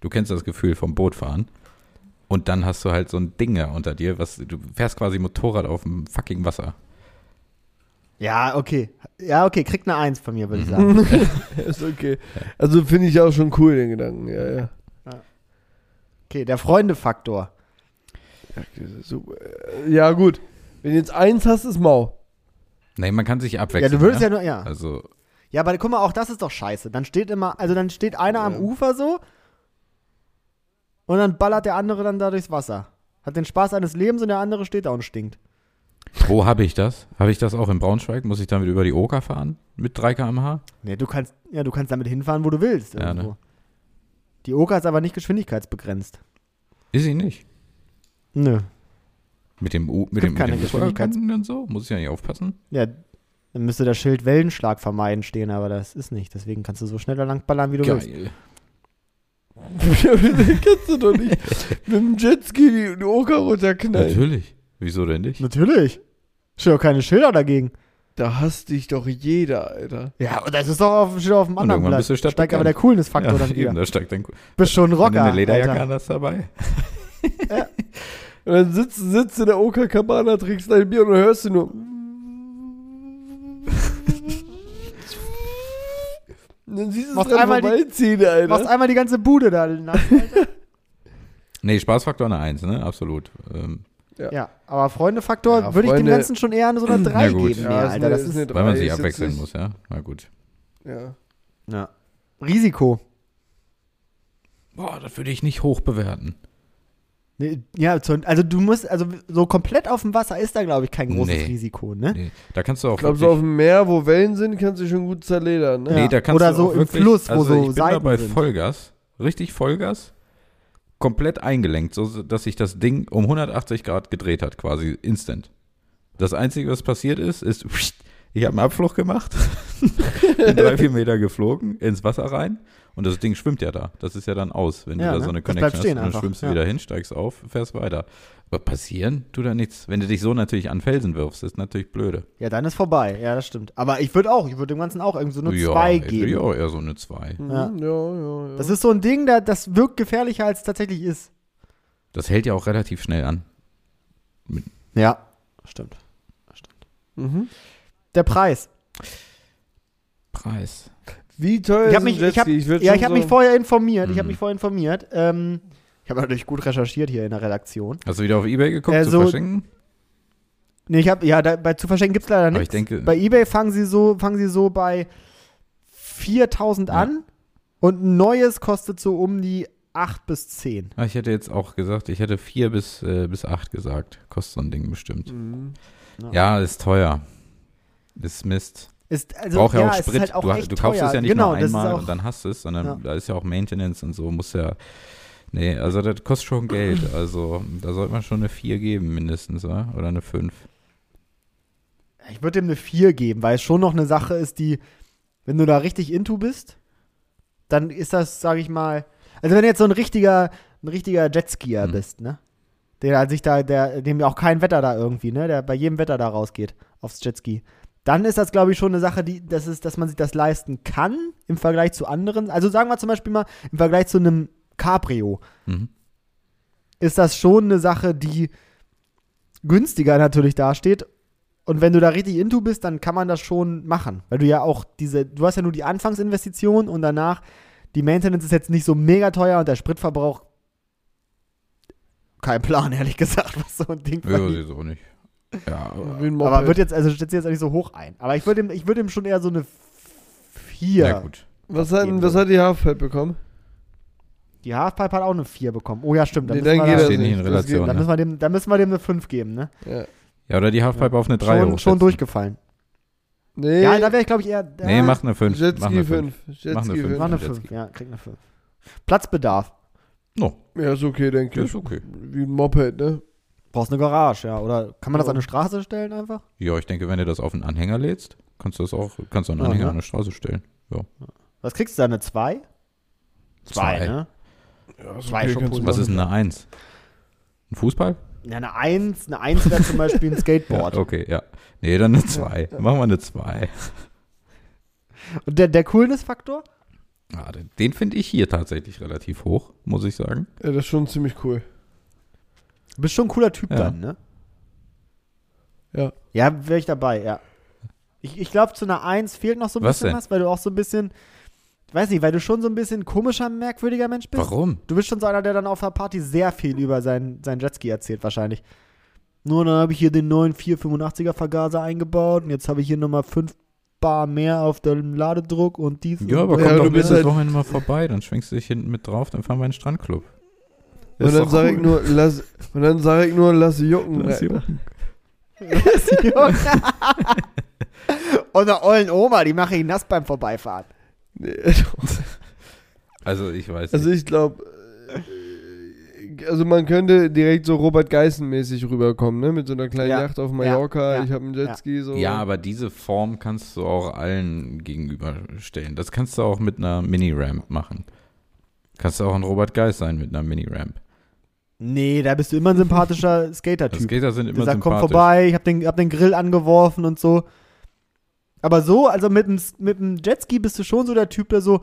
S1: Du kennst das Gefühl vom Bootfahren. Und dann hast du halt so ein Ding da unter dir, was du fährst quasi Motorrad auf dem fucking Wasser.
S3: Ja, okay. Ja, okay, kriegt eine Eins von mir, würde ich sagen.
S4: ist okay. Also finde ich auch schon cool, den Gedanken. Ja, ja.
S3: Okay, der Freundefaktor.
S4: Super. Äh, Ja, gut. Wenn du jetzt eins hast, ist mau.
S1: Nee, man kann sich
S3: Ja,
S1: abwechseln.
S3: du würdest ja, nur, ja.
S1: Also,
S3: Ja, aber guck mal, auch das ist doch scheiße. Dann steht immer, also dann steht einer am
S4: Ja.
S3: Ufer so und dann ballert der andere dann da durchs Wasser. Hat den Spaß eines Lebens und der andere steht da und stinkt.
S1: wo habe ich das? Habe ich das auch in Braunschweig? Muss ich damit über die Oker fahren? Mit 3 km/h?
S3: Nee, du kannst, ja, du kannst damit hinfahren, wo du willst.
S1: Ja, ne?
S3: irgendwo. Die Oka ist aber nicht geschwindigkeitsbegrenzt.
S1: Ist sie nicht.
S3: Nö.
S1: Mit dem U,
S3: Gibt
S1: mit dem, mit
S3: keine
S1: dem
S3: Geschwindigkeits-
S1: Geschwindigkeiten und so? Muss ich ja nicht aufpassen?
S3: Ja, dann müsste das Schild Wellenschlag vermeiden stehen, aber das ist nicht. Deswegen kannst du so schnell da lang ballern, wie du willst.
S1: Geil.
S4: Kennst du doch nicht. Mit dem Jetski die, die Oker runterknallen.
S1: Natürlich. Wieso denn nicht?
S3: Natürlich. Steht doch keine Schilder dagegen.
S4: Da hasst dich doch jeder, Alter.
S3: Ja, und das ist doch auf, steht doch auf dem
S1: Und
S3: anderen
S1: irgendwann
S3: Blatt.
S1: bist du Stadt
S3: Steigt aber der
S1: bekannt.
S3: Coolness-Faktor
S1: ja,
S3: dann wieder.
S1: eben, da steigt dann Wenn
S3: Bist schon ein
S1: du
S3: Rocker.
S1: eine Lederjacke
S3: Alter.
S1: an hast dabei.
S4: Und dann sitzt, sitzt in der Oker Cabana, trinkst dein Bier und dann hörst du nur. Und dann siehst du es
S3: Machst
S4: dran
S3: einmal die-
S4: vorbeiziehen, Alter.
S3: Du machst einmal die ganze Bude da. nass.
S1: Nee, Spaßfaktor eine Eins, ne? Absolut. Ähm,
S3: ja, aber Freunde-Faktor
S4: Ja,
S3: würde ich dem
S4: Freunde-
S3: Ganzen schon eher so eine 3
S1: Ja, gut.
S3: geben.
S1: Ja,
S3: Nee,
S4: ist
S3: Alter,
S4: eine-
S3: das ist
S4: eine
S1: weil man
S4: Drei,
S1: sich
S4: ist jetzt
S1: abwechseln
S4: nicht-
S1: muss, ja? Na gut.
S4: Ja.
S3: ja. Risiko.
S1: Boah, das würde ich nicht hoch bewerten.
S3: Nee, Ja, zu- also du musst, also so komplett auf dem Wasser ist da, glaube ich, kein großes
S1: Nee.
S3: Risiko, ne?
S1: Nee, da kannst du auch
S4: Ich glaube, so auf
S1: wirklich,
S4: dem Meer, wo Wellen sind, kannst du schon gut zerledern, ne?
S3: Ja.
S1: Nee, da kannst
S3: Oder
S1: du
S3: so
S1: auch
S3: im
S1: wirklich,
S3: Fluss, wo
S1: also
S3: so
S1: ich bin da
S3: Seiten
S1: bei
S3: sind.
S1: Vollgas, richtig Vollgas, komplett eingelenkt, so dass sich das Ding um 180 Grad gedreht hat, quasi instant. Das Einzige, was passiert ist, ist, ich habe einen Abflug gemacht, bin drei, vier Meter geflogen, ins Wasser rein und das Ding schwimmt ja da. Das ist ja dann aus, wenn
S3: Ja,
S1: du da
S3: ne?
S1: so eine
S3: Das bleibt
S1: Connection hast.
S3: stehen
S1: und dann
S3: einfach,
S1: schwimmst du
S3: ja.
S1: wieder hin, steigst auf, fährst weiter. Aber passieren tut da nichts. Wenn du dich so natürlich an Felsen wirfst, ist natürlich blöde.
S3: Ja, dann ist vorbei. Ja, das stimmt. Aber ich würde auch, ich würde dem Ganzen auch irgendwie so eine
S1: ja,
S3: 2
S1: ich will
S3: geben.
S1: ja auch eher so eine 2.
S4: Mhm,
S3: Ja.
S4: ja, ja, ja.
S3: Das ist so ein Ding, da, das wirkt gefährlicher, als es tatsächlich ist.
S1: Das hält ja auch relativ schnell an.
S3: Ja, stimmt.
S4: mhm.
S3: Der Preis.
S1: Preis.
S4: Wie teuer
S3: Ich hab
S4: ist
S3: mich-
S4: ein Jetski?
S3: ich hab-
S4: würd
S3: Ja,
S4: schon
S3: ich habe
S4: so-
S3: mich vorher informiert. Ich habe
S1: Mhm.
S3: mich vorher informiert. Ähm, ich habe natürlich gut recherchiert hier in der Redaktion.
S1: Hast du wieder auf Ebay geguckt
S3: Äh,
S1: zu
S3: so
S1: verschenken?
S3: Nee, ich habe ja da, bei zu verschenken gibt's leider
S1: Aber
S3: nichts.
S1: ich denke-
S3: bei eBay fangen sie so fangen sie so bei 4000
S1: Ja.
S3: an und ein neues kostet so um die 8 bis 10.
S1: Ah, ich hätte jetzt auch gesagt, ich hätte vier bis, äh, bis acht gesagt. Kostet so ein Ding bestimmt.
S4: Mhm.
S1: Ja, ist teuer. Ist Mist.
S3: Ist also
S1: Braucht ja, auch
S3: es ist
S1: Sprit.
S3: halt auch
S1: du,
S3: echt
S1: du kaufst
S3: teuer.
S1: es ja nicht
S3: genau,
S1: nur einmal
S3: das ist auch,
S1: und dann hast du es, sondern
S3: Ja.
S1: da ist ja auch Maintenance und so. Muss ja. Nee, also das kostet schon Geld. Also da sollte man schon eine 4 geben, mindestens, oder? Oder eine 5.
S3: Ich würde dem eine 4 geben, weil es schon noch eine Sache ist, die, wenn du da richtig into bist, dann ist das, sage ich mal, also wenn du jetzt so ein richtiger, ein richtiger Jetskier
S1: Hm.
S3: bist, ne? Der sich da, der, dem ja auch kein Wetter da irgendwie, ne? Der bei jedem Wetter da rausgeht aufs Jetski. Dann ist das, glaube ich, schon eine Sache, die, das ist, dass man sich das leisten kann im Vergleich zu anderen. Also sagen wir zum Beispiel mal, im Vergleich zu einem Cabrio
S1: Mhm.
S3: ist das schon eine Sache, die günstiger natürlich dasteht. Und wenn du da richtig into bist, dann kann man das schon machen. Weil du ja auch diese, du hast ja nur die Anfangsinvestition und danach, die Maintenance ist jetzt nicht so mega teuer und der Spritverbrauch Kein Plan, ehrlich gesagt, was so ein Ding
S1: Ja,
S3: verliert.
S1: sowieso nicht. Ja, aber-
S4: Wie ein Moped.
S3: Aber wird jetzt, also setzt jetzt eigentlich so hoch ein. Aber ich würde ihm, ich würde ihm schon eher so eine 4.
S1: na gut.
S4: was, hat,
S3: Ebenso.
S4: was hat die Haarfeld bekommen?
S3: Die Halfpipe hat auch eine 4 bekommen. Oh ja, stimmt. Dann,
S4: Nee,
S3: müssen, wir
S4: dann geht
S3: da,
S4: das
S1: Steht nicht
S4: nicht.
S1: in
S4: Das geht-
S1: Relation.
S3: dann, müssen wir dem, dann müssen wir dem eine 5 geben, ne?
S4: Ja.
S1: Ja, oder die Halfpipe auf eine 3
S3: schon, schon durchgefallen.
S4: Nee,
S3: Ja, da wäre ich, glaube ich, eher.
S1: Nee,
S3: ja,
S1: mach eine 5. mach
S4: Jetski
S1: eine 5.
S4: 5.
S1: Mach eine
S4: Jetski
S1: fünf.
S3: Mach
S4: 5.
S3: eine 5. Ja, krieg eine 5. Platzbedarf.
S1: No,
S4: Ja, ist okay, denke
S1: ja,
S4: ich.
S1: ist okay.
S4: Wie ein Moped, ne?
S3: Brauchst eine Garage, ja. Oder kann man das
S4: Ja.
S3: an eine Straße stellen einfach?
S1: Ja, ich denke, wenn du das auf einen Anhänger lädst, kannst du das auch, kannst du einen
S3: Ja,
S1: Anhänger
S3: ne?
S1: an der Straße stellen.
S3: Was kriegst du da? Eine 2?
S1: Zwei.
S3: ne?
S4: Ja,
S3: Zwei schon
S4: kannst du
S3: positiv.
S1: Was
S4: machen.
S1: ist denn eine 1? Ein Fußball?
S3: Ja, eine 1. Eine 1 wäre zum Beispiel ein Skateboard.
S1: Ja, okay, ja. Nee, dann eine 2. Machen wir eine 2.
S3: Und der, der Coolness-Faktor?
S1: Ja, den den finde ich hier tatsächlich relativ hoch, muss ich sagen.
S4: Ja, das ist schon ziemlich cool.
S3: Du bist schon ein cooler Typ
S1: Ja.
S3: dann, ne?
S4: Ja.
S3: Ja, wäre ich dabei, ja. Ich, ich glaube, zu einer 1 fehlt noch so ein
S1: Was
S3: bisschen
S1: denn?
S3: was, weil du auch so ein bisschen, ich weiß nicht, weil du schon so ein bisschen komischer, merkwürdiger Mensch bist.
S1: Warum?
S3: Du bist schon so einer, der dann auf einer Party sehr viel über seinen, seinen Jetski erzählt, wahrscheinlich. Nur dann habe ich hier den neuen 485er Vergaser eingebaut und jetzt habe ich hier nochmal 5 Bar mehr auf dem Ladedruck und dies. und
S1: Ja, aber komm
S4: Ja, du
S1: doch
S4: bist
S1: nächstes
S4: halt-
S1: Wochenende mal vorbei, dann schwingst du dich hinten mit drauf, dann fahren wir in den Strandclub.
S4: Und dann, sag ich nur, lass, und dann sag ich nur, lass sie jucken.
S1: Lass sie
S4: Alter.
S3: das. und der ollen Oma, die mache ich nass beim Vorbeifahren.
S4: Nee,
S1: Also ich weiß
S4: also
S1: nicht.
S4: ich glaube, also man könnte direkt so Robert Geißen-mäßig rüberkommen, ne? Mit so einer kleinen
S3: Ja,
S4: Yacht auf Mallorca,
S3: ja,
S4: ich habe einen Jetski, so.
S1: Ja, aber diese Form kannst du auch allen gegenüberstellen. Das kannst du auch mit einer Mini-Ramp machen. Kannst du auch ein Robert Geist sein mit einer Mini-Ramp.
S3: Nee, da bist du immer ein sympathischer
S1: Das
S3: Skater-Typ.
S1: Skater sind immer
S3: Der sagt, komm
S1: sympathisch.
S3: vorbei, ich hab den, hab den Grill angeworfen und so. Aber so, also mit dem, mit dem Jetski bist du schon so der Typ, der so,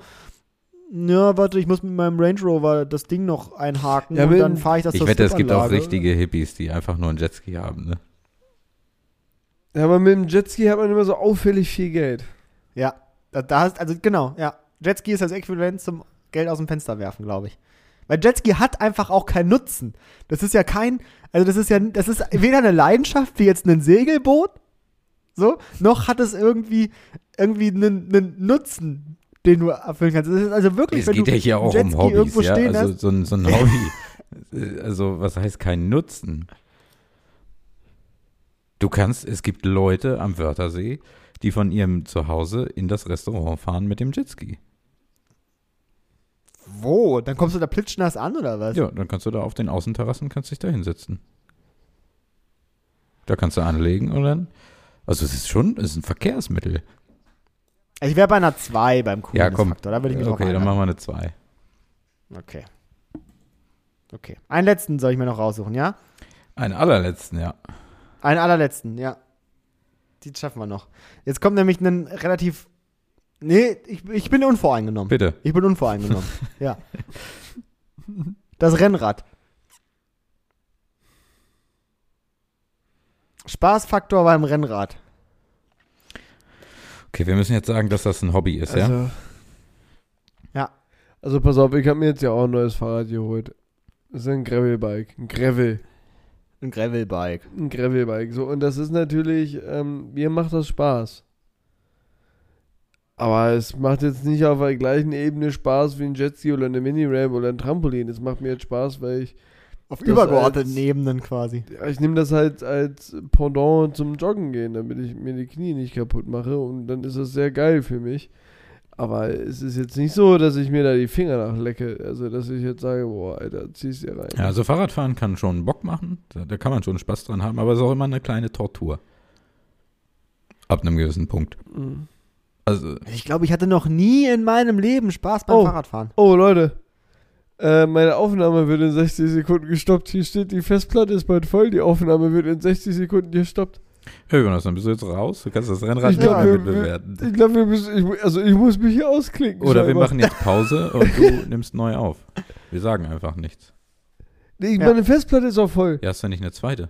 S3: ja, warte, ich muss mit meinem Range Rover das Ding noch einhaken
S4: Ja,
S3: und
S4: mit
S3: dann
S4: dem-
S3: fahre ich das
S1: Ich
S3: zur
S1: wette, es gibt auch
S3: Stripanlage."
S1: richtige Hippies, die einfach nur einen Jetski haben. Ne?
S4: Ja, aber mit dem Jetski hat man immer so auffällig viel Geld.
S3: Ja, da, da hast, also genau, ja. Jetski ist das Äquivalent zum Geld aus dem Fenster werfen, glaube ich. Weil Jetski hat einfach auch keinen Nutzen. Das ist ja kein, also das ist ja, das ist weder eine Leidenschaft wie jetzt ein Segelboot, so, noch hat es irgendwie, irgendwie einen, einen Nutzen, den du erfüllen kannst. Das ist also wirklich,
S1: Es
S3: wenn
S1: geht
S3: du
S1: ja hier auch
S3: einen
S1: um Hobbys.
S3: irgendwo
S1: Ja?
S3: stehen
S1: Also
S3: hast.
S1: so ein, so ein Hobby. Äh, also was heißt kein Nutzen? Du kannst, es gibt Leute am Wörthersee, die von ihrem Zuhause in das Restaurant fahren mit dem Jetski.
S3: Wo? Dann kommst du da plitschnass an oder was?
S4: Also
S1: Ja, dann kannst du da auf den Außenterrassen, kannst dich da hinsetzen. Da kannst du anlegen und dann. Also es ist schon, es ist ein Verkehrsmittel.
S3: Also ich wäre bei einer 2 beim Coolness
S1: Ja, komm.
S3: Faktor, da würde ich mich
S1: Okay,
S3: drauf
S1: dann
S3: einlassen.
S1: machen wir eine 2.
S3: Okay. Okay. Einen letzten soll ich mir noch raussuchen, ja?
S1: Einen allerletzten, ja.
S3: Einen allerletzten, ja. Die schaffen wir noch. Jetzt kommt nämlich ein relativ. Nee, ich, ich bin unvoreingenommen.
S1: Bitte.
S3: Ich bin unvoreingenommen. ja. Das Rennrad. Spaßfaktor beim Rennrad.
S1: Okay, wir müssen jetzt sagen, dass das ein Hobby ist, ja?
S4: Also,
S3: Ja.
S4: Also pass auf, ich habe mir jetzt ja auch ein neues Fahrrad geholt. Das ist ein Gravelbike. Ein Gravel.
S3: Ein Gravelbike.
S4: ein Gravelbike. So, und das ist natürlich, ähm, mir macht das Spaß. Aber es macht jetzt nicht auf der gleichen Ebene Spaß wie ein Jetski oder eine Mini-Ramp oder ein Trampolin. Es macht mir jetzt Spaß, weil ich,
S3: Auf
S4: Das
S3: übergeordneten
S4: als-
S3: Ebenen quasi.
S4: ja, ich nehme das halt als Pendant zum Joggen gehen, damit ich mir die Knie nicht kaputt mache. Und dann ist das sehr geil für mich. Aber es ist jetzt nicht so, dass ich mir da die Finger nach lecke. Also, dass ich jetzt sage, boah, Alter, zieh's dir rein.
S1: Ja, also Fahrradfahren kann schon Bock machen, da, da kann man schon Spaß dran haben, aber es ist auch immer eine kleine Tortur. Ab einem gewissen Punkt.
S4: Mhm.
S1: Also,
S3: Ich glaube, ich hatte noch nie in meinem Leben Spaß beim
S4: Oh.
S3: Fahrradfahren.
S4: Oh, Leute. Äh, meine Aufnahme wird in 60 Sekunden gestoppt. Hier steht, die Festplatte ist bald voll. Die Aufnahme wird in 60 Sekunden gestoppt.
S1: hey Jonas, dann bist du jetzt raus, du kannst das Rennrad
S4: Ich
S1: nicht
S4: glaub,
S1: mehr
S4: wir-
S1: mitbewerten.
S4: Ich glaube, wir müssen. Ich, mu- also, ich muss mich hier ausklicken.
S1: Oder wir
S4: scheinbar.
S1: machen jetzt Pause und du nimmst neu auf. Wir sagen einfach nichts.
S4: Nee,
S3: Ja.
S4: Meine Festplatte ist auch voll.
S1: Ja, ist ja nicht eine zweite.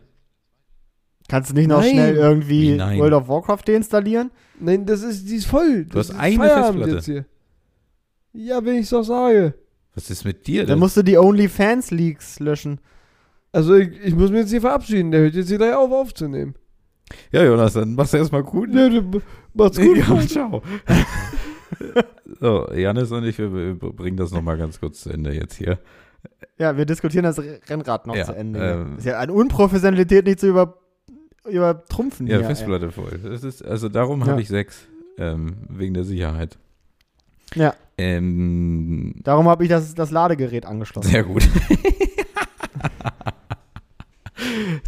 S3: Kannst du nicht noch
S4: Nein.
S3: schnell irgendwie
S1: Wie nein?
S3: World of Warcraft deinstallieren?
S4: Nein, das ist, die ist voll.
S1: Du
S4: das
S1: hast
S4: ist
S1: eine
S4: Feierabend
S1: Festplatte.
S4: Jetzt hier. Ja, wenn ich es doch sage.
S1: Was ist mit dir
S3: Dann
S1: denn?
S3: musst du die OnlyFans-Leaks löschen.
S4: Also ich, ich muss mich jetzt hier verabschieden. Der hört jetzt hier gleich auf, aufzunehmen.
S1: Ja, Jonas, dann mach's erstmal gut.
S4: Ja, du- macht's gut.
S1: Ja,
S4: Leute.
S1: ciao. so, Janis und ich, wir wir bringen das nochmal ganz kurz zu Ende jetzt hier.
S3: Ja, wir diskutieren das Rennrad noch
S1: Ja,
S3: zu Ende. ja.
S1: ähm.
S3: ist ja eine Unprofessionalität nicht zu über, übertrumpfen.
S1: Ja,
S3: hier, ey.
S1: Festplatte voll. Das ist, also darum
S3: Ja.
S1: habe ich sechs. Ähm, wegen der Sicherheit.
S3: Ja.
S1: Ähm,
S3: Darum habe ich das, das Ladegerät angeschlossen.
S1: Sehr gut.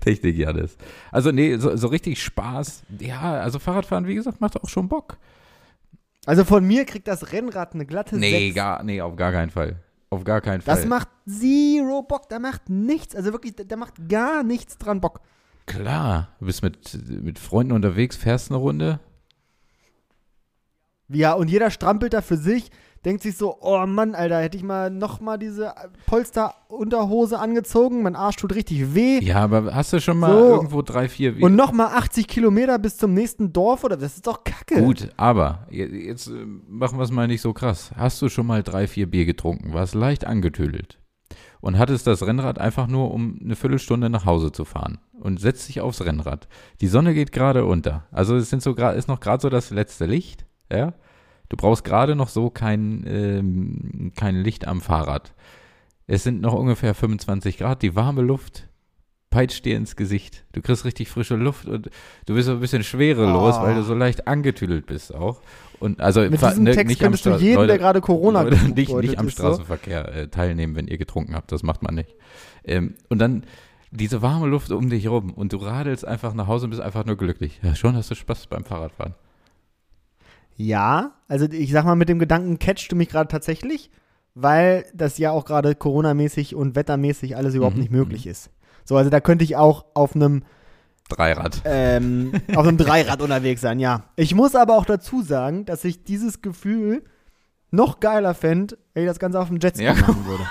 S1: Technik, Janis. Also, nee, so, so richtig Spaß. Ja, also Fahrradfahren, wie gesagt, macht auch schon Bock.
S3: Also von mir kriegt das Rennrad eine glatte
S1: Nee,
S3: 6.
S1: gar, nee, auf gar keinen Fall. Auf gar keinen Fall.
S3: Das macht zero Bock, da macht nichts, also wirklich, da- da macht gar nichts dran Bock.
S1: Klar, du bist mit, mit Freunden unterwegs, fährst eine Runde.
S3: Ja, und jeder strampelt da für sich, denkt sich so, oh Mann, Alter, hätte ich mal nochmal diese Polsterunterhose angezogen, mein Arsch tut richtig weh.
S1: Ja, aber hast du schon mal
S3: So.
S1: irgendwo drei, vier
S3: Und nochmal 80 Kilometer bis zum nächsten Dorf, oder? Das ist doch kacke.
S1: Gut, aber je- jetzt äh, machen wir es mal nicht so krass. Hast du schon mal drei, vier Bier getrunken, warst leicht angetüdelt und hattest das Rennrad einfach nur, um eine Viertelstunde nach Hause zu fahren und setzt dich aufs Rennrad. Die Sonne geht gerade unter. Also es sind so gra- ist noch gerade so das letzte Licht. Ja? Du brauchst gerade noch so kein, ähm, kein Licht am Fahrrad. Es sind noch ungefähr 25 Grad, die warme Luft peitscht dir ins Gesicht. Du kriegst richtig frische Luft und du bist so ein bisschen schwerelos,
S3: Ah.
S1: weil du so leicht angetüdelt bist auch. Und also
S3: Mit
S1: fa-
S3: diesem
S1: ne,
S3: Text
S1: nicht am
S3: könntest du
S1: Stra-
S3: jeden,
S1: Leute,
S3: der gerade Corona
S1: Leute,
S3: gebucht
S1: nicht,
S3: wurde,
S1: nicht am
S3: ist so.
S1: Straßenverkehr äh, teilnehmen, wenn ihr getrunken habt. Das macht man nicht. Ähm, und dann diese warme Luft um dich rum und du radelst einfach nach Hause und bist einfach nur glücklich. Ja, schon hast du Spaß beim Fahrradfahren.
S3: Ja, also ich sag mal, mit dem Gedanken catchst du mich gerade tatsächlich, weil das ja auch gerade Corona-mäßig und wettermäßig alles überhaupt
S1: Mhm,
S3: nicht möglich ist. So, also da könnte ich auch auf einem
S1: Dreirad.
S3: ähm, auf einem Dreirad unterwegs sein, ja. Ich muss aber auch dazu sagen, dass ich dieses Gefühl noch geiler fände, wenn ich das Ganze auf dem Jetski
S1: Ja.
S3: machen würde.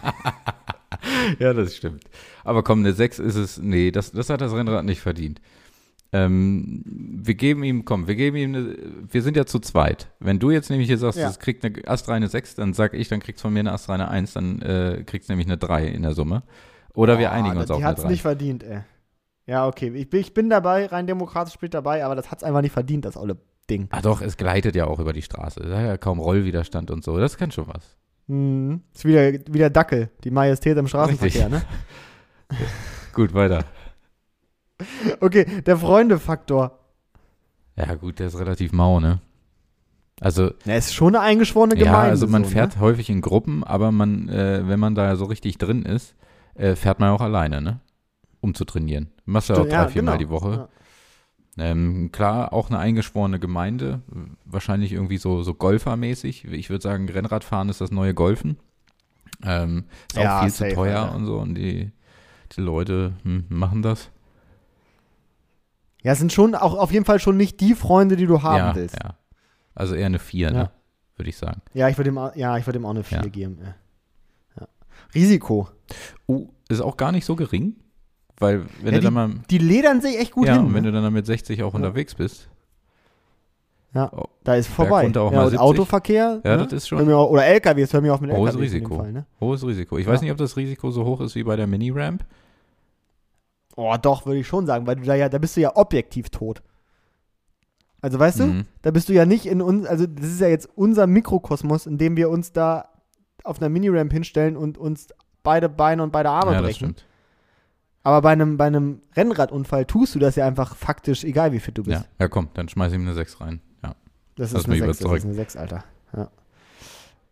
S1: Ja, das stimmt. Aber komm, eine 6 ist es. Nee, das, das hat das Rennrad nicht verdient. Ähm, wir geben ihm, komm, wir geben ihm eine, wir sind ja zu zweit. Wenn du jetzt nämlich hier sagst,
S3: Ja.
S1: es kriegt eine astreine 6, dann sag ich, dann kriegst von mir eine astreine 1, dann äh, kriegst nämlich eine 3 in der Summe. Oder wir
S3: Ah,
S1: einigen uns
S3: die
S1: auf eine
S3: hat's
S1: 3.
S3: nicht verdient, ey. Ja, okay. Ich bin, ich bin dabei, rein demokratisch bin ich dabei, aber das hat's einfach nicht verdient, das olle Ding.
S1: Ah doch, es gleitet ja auch über die Straße. Da ist ja kaum Rollwiderstand und so. Das kann schon was.
S3: Hm. Ist wieder, wieder Dackel, die Majestät im Straßenverkehr, ne?
S1: Gut, weiter.
S3: ne? Okay, der Freunde-Faktor.
S1: Ja gut, der ist relativ mau, ne? Also
S3: Na, ist schon eine eingeschworene
S1: Ja,
S3: Gemeinde.
S1: also man
S3: so,
S1: fährt
S3: Ne?
S1: häufig in Gruppen, aber man, äh, wenn man da so richtig drin ist, äh, fährt man auch alleine, ne? Um zu trainieren. Machst du ja auch drei,
S3: Ja,
S1: viermal
S3: genau.
S1: die Woche. Ähm, klar, auch eine eingeschworene Gemeinde, wahrscheinlich irgendwie so, so Golfermäßig. Ich würde sagen, Rennradfahren ist das neue Golfen. Ähm, ist
S3: Ja,
S1: auch viel
S3: safe,
S1: zu teuer
S3: Alter.
S1: und so und die, die Leute hm, machen das.
S3: Ja, es sind schon auch auf jeden Fall schon nicht die Freunde, die du haben
S1: ja,
S3: willst.
S1: ja. Also eher eine Vier,
S3: Ja.
S1: ne? Würde ich sagen.
S3: Ja, ich würde ihm, au- ja, ich würd ihm auch eine 4
S1: Ja.
S3: geben. Ja. Ja. Risiko.
S1: Oh, ist auch gar nicht so gering, weil wenn
S3: Ja,
S1: du dann mal
S3: Die ledern sich echt gut
S1: ja,
S3: hin.
S1: und wenn
S3: ne?
S1: du dann mit 60 auch unterwegs bist.
S3: Ja.
S1: Oh,
S3: da ist vorbei.
S1: runter auch
S3: ja,
S1: mal
S3: und
S1: 70.
S3: Autoverkehr.
S1: ja,
S3: ne?
S1: das ist
S3: Hör
S1: schon
S3: mir auch, oder LKWs, hör mir auf mit LKWs.
S1: Hohes
S3: In
S1: Risiko.
S3: dem Fall, ne?
S1: hohes Risiko. Ich
S3: Ja.
S1: weiß nicht, ob das Risiko so hoch ist wie bei der Mini-Ramp.
S3: Oh, doch, würde ich schon sagen, weil du da ja, da bist du ja objektiv tot. Also weißt du,
S1: Mhm.
S3: da bist du ja nicht in uns, also das ist ja jetzt unser Mikrokosmos, in dem wir uns da auf einer Mini-Ramp hinstellen und uns beide Beine und beide Arme
S1: Ja, das
S3: brechen.
S1: stimmt.
S3: Aber bei einem, bei einem Rennradunfall tust du das ja einfach faktisch, egal wie fit du bist.
S1: Ja. ja, komm, dann schmeiß ihm eine 6 rein. Ja.
S3: Das
S1: Lass
S3: ist, eine
S1: mich
S3: 6, das ist
S1: überzeugen.
S3: eine 6, Alter. Ja.